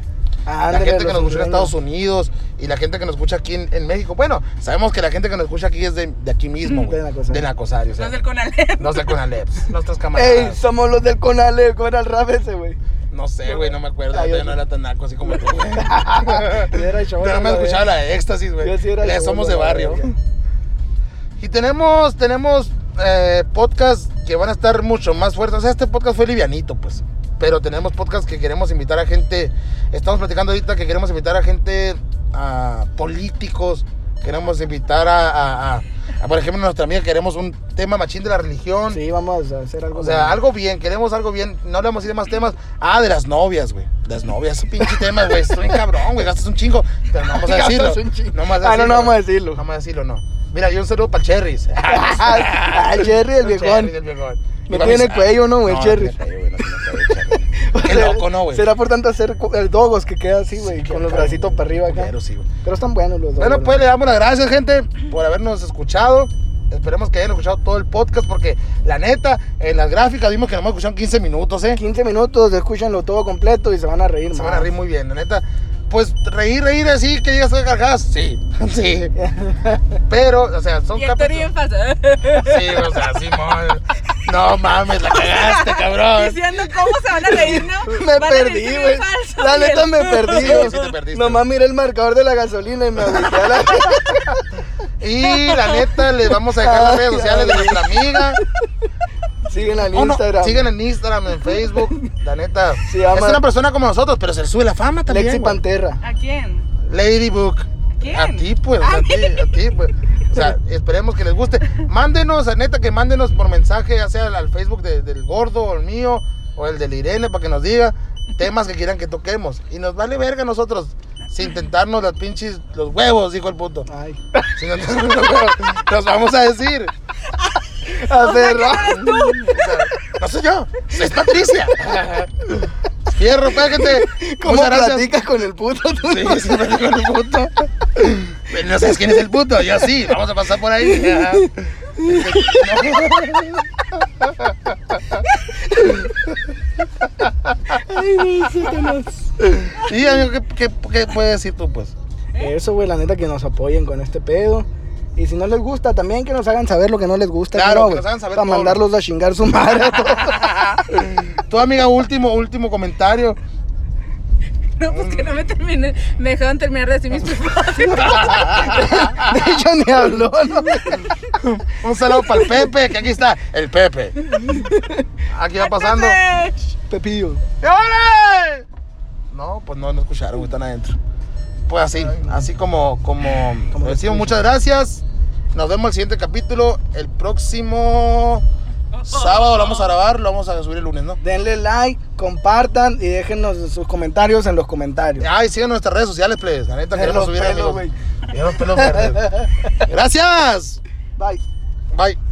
Speaker 1: Ah,
Speaker 2: La
Speaker 1: ándale,
Speaker 2: gente que
Speaker 1: los
Speaker 2: nos escucha en
Speaker 1: hondureños.
Speaker 2: Estados Unidos y la gente que nos escucha aquí en, en México. Bueno, sabemos que la gente que nos escucha aquí es de, de aquí mismo, güey.
Speaker 1: De Nacosari.
Speaker 2: De Nacosari, o sea.
Speaker 3: Los del Conalep.
Speaker 2: No sé, con Aleps. Nuestros
Speaker 1: Ey,
Speaker 2: camaradas.
Speaker 1: somos los del Conale, ¿cómo era el rap ese, güey?
Speaker 2: No sé, güey, no me acuerdo.
Speaker 1: Ay,
Speaker 2: yo
Speaker 1: yo-
Speaker 2: no era tan naco así como tú, güey.
Speaker 1: [LAUGHS] Yo era
Speaker 2: Yo
Speaker 1: chabón,
Speaker 2: no me
Speaker 1: la
Speaker 2: escuchaba
Speaker 1: verga.
Speaker 2: la de éxtasis, güey.
Speaker 1: Yo sí era
Speaker 2: Le
Speaker 1: chabón,
Speaker 2: somos
Speaker 1: la
Speaker 2: de barrio.
Speaker 1: verga.
Speaker 2: Y tenemos, tenemos eh, podcasts que van a estar mucho más fuertes. O sea, este podcast fue livianito, pues. Pero tenemos podcasts que queremos invitar a gente. Estamos platicando ahorita que queremos invitar a gente, a políticos. Queremos invitar a, a- a- a, por ejemplo, nuestra amiga, queremos un tema machín de la religión.
Speaker 1: Sí, vamos a hacer algo.
Speaker 2: O sea, algo bien, queremos algo bien. No hablamos así de más temas. Ah, de las novias, güey. Las novias, un pinche tema, güey. Estoy cabrón, güey. Gastas un chingo. Pero no vamos a
Speaker 1: [LAUGHS]
Speaker 2: decirlo.
Speaker 1: Gastas un chingo.
Speaker 2: No vamos a
Speaker 1: Ah, no, no
Speaker 2: güey.
Speaker 1: vamos a decirlo.
Speaker 2: No vamos a decirlo, no. Mira, yo un saludo
Speaker 1: [LAUGHS]
Speaker 2: para Cherries.
Speaker 1: Ah, Jerry
Speaker 2: [LAUGHS]
Speaker 1: el viejón.
Speaker 2: Cherry, el viejón.
Speaker 1: No
Speaker 2: Y para
Speaker 1: tiene
Speaker 2: mis-
Speaker 1: cuello, ¿no, güey,
Speaker 2: No,
Speaker 1: Cherry?
Speaker 2: No tiene cuello, güey. No tiene cuello,
Speaker 1: [LAUGHS] O
Speaker 2: Cherry. Qué
Speaker 1: sea,
Speaker 2: loco, ¿no, güey?
Speaker 1: Será por tanto hacer co- el dogos que queda así, güey, con los bracitos para arriba acá.
Speaker 2: Culero, sí, güey.
Speaker 1: Pero están buenos los dogos.
Speaker 2: Bueno,
Speaker 1: la
Speaker 2: pues le
Speaker 1: verdad.
Speaker 2: damos las gracias, gente, por habernos escuchado. Esperemos que hayan escuchado todo el podcast porque la neta, en las gráficas vimos que no hemos escuchado 15 minutos, ¿eh?
Speaker 1: 15 minutos, escúchenlo todo completo y se van a reír.
Speaker 2: Se
Speaker 1: más.
Speaker 2: van a reír muy bien, la neta. Pues reír, reír así, que llegas a cargadas. Sí, [LAUGHS] sí. Pero, o sea, son
Speaker 4: Y el Tori
Speaker 2: capítulos.
Speaker 4: bien pasado.
Speaker 2: Sí, o sea, sí, No mames, la cagaste, cabrón.
Speaker 4: Diciendo cómo se van a reír, ¿no?
Speaker 1: [LAUGHS] Ah. [LAUGHS] Me
Speaker 4: Van a
Speaker 1: perdí,
Speaker 4: decir
Speaker 1: güey.
Speaker 4: falso,
Speaker 1: La
Speaker 4: y
Speaker 1: neta
Speaker 4: el-
Speaker 1: me
Speaker 4: [LAUGHS]
Speaker 1: perdí.
Speaker 2: Sí, sí te perdiste.
Speaker 1: Nomás miré el marcador de la gasolina y me agüité a la- [LAUGHS]
Speaker 2: Y la neta, les vamos a dejar las redes sociales de nuestra
Speaker 1: [LAUGHS]
Speaker 2: amiga.
Speaker 1: Siguen al
Speaker 2: Oh, no,
Speaker 1: Instagram.
Speaker 2: Siguen en Instagram, en Facebook. La neta.
Speaker 1: Se llama-
Speaker 2: Es una persona como nosotros, pero se le sube la fama también.
Speaker 1: Lexi
Speaker 2: güey.
Speaker 1: Pantera.
Speaker 3: ¿A quién?
Speaker 2: Ladybook.
Speaker 3: quién?
Speaker 2: A ti, pues. A ti, a ti, pues. O sea, esperemos que les guste. Mándenos, a neta, que mándenos por mensaje, ya sea al, al Facebook de- del gordo o el mío o el del Irene, para que nos diga temas que quieran que toquemos. Y nos vale verga a nosotros. Sin tentarnos las pinches, los huevos, dijo el puto.
Speaker 1: Ay.
Speaker 2: Sin [LAUGHS] tentarnos los huevos. Los vamos a decir.
Speaker 1: Hace rato.
Speaker 2: O sea, [LAUGHS] No soy yo, es Patricia. Fierro, págate.
Speaker 1: ¿Cómo
Speaker 2: Muchas gracias.
Speaker 1: platicas con el puto? tú?
Speaker 2: Sí, sí, platico con el puto. Pero No sabes quién es el puto, yo sí, vamos a pasar por ahí. Ajá. Y amigo, ¿qué, qué, qué puedes decir tú, pues?
Speaker 1: Eso, güey, la neta que nos apoyen con este pedo. Y si no les gusta, también que nos hagan saber lo que no les gusta.
Speaker 2: Claro,
Speaker 1: ¿no,
Speaker 2: que
Speaker 1: güey?
Speaker 2: nos hagan saber
Speaker 1: Para
Speaker 2: todo.
Speaker 1: mandarlos a chingar su
Speaker 2: [LAUGHS]
Speaker 1: madre. a todos.
Speaker 2: Tú, amiga, último, último comentario.
Speaker 4: No, pues que no me terminé. Me dejaron terminar de decir
Speaker 1: [LAUGHS]
Speaker 4: mis
Speaker 1: De hecho, ni habló, ¿no?
Speaker 2: Un saludo para el Pepe, que aquí está el Pepe. Aquí va pasando.
Speaker 1: Pepillo.
Speaker 2: ¡Órale! No, pues no, no escucharon, güey, están adentro. Pues así, así como, como,
Speaker 1: Como
Speaker 2: decimos,
Speaker 1: escuchan.
Speaker 2: muchas gracias. Nos vemos el siguiente capítulo. El próximo sábado lo vamos a grabar, lo vamos a subir el lunes, ¿no?
Speaker 1: Denle like, compartan y déjenos sus comentarios en los comentarios.
Speaker 2: Ay, sigan nuestras redes sociales, please. La neta,
Speaker 1: De
Speaker 2: queremos
Speaker 1: los
Speaker 2: subir
Speaker 1: pelos,
Speaker 2: amigos.
Speaker 1: [LAUGHS] güey.
Speaker 2: De los pelos verdes. Gracias.
Speaker 1: Bye.
Speaker 2: Bye.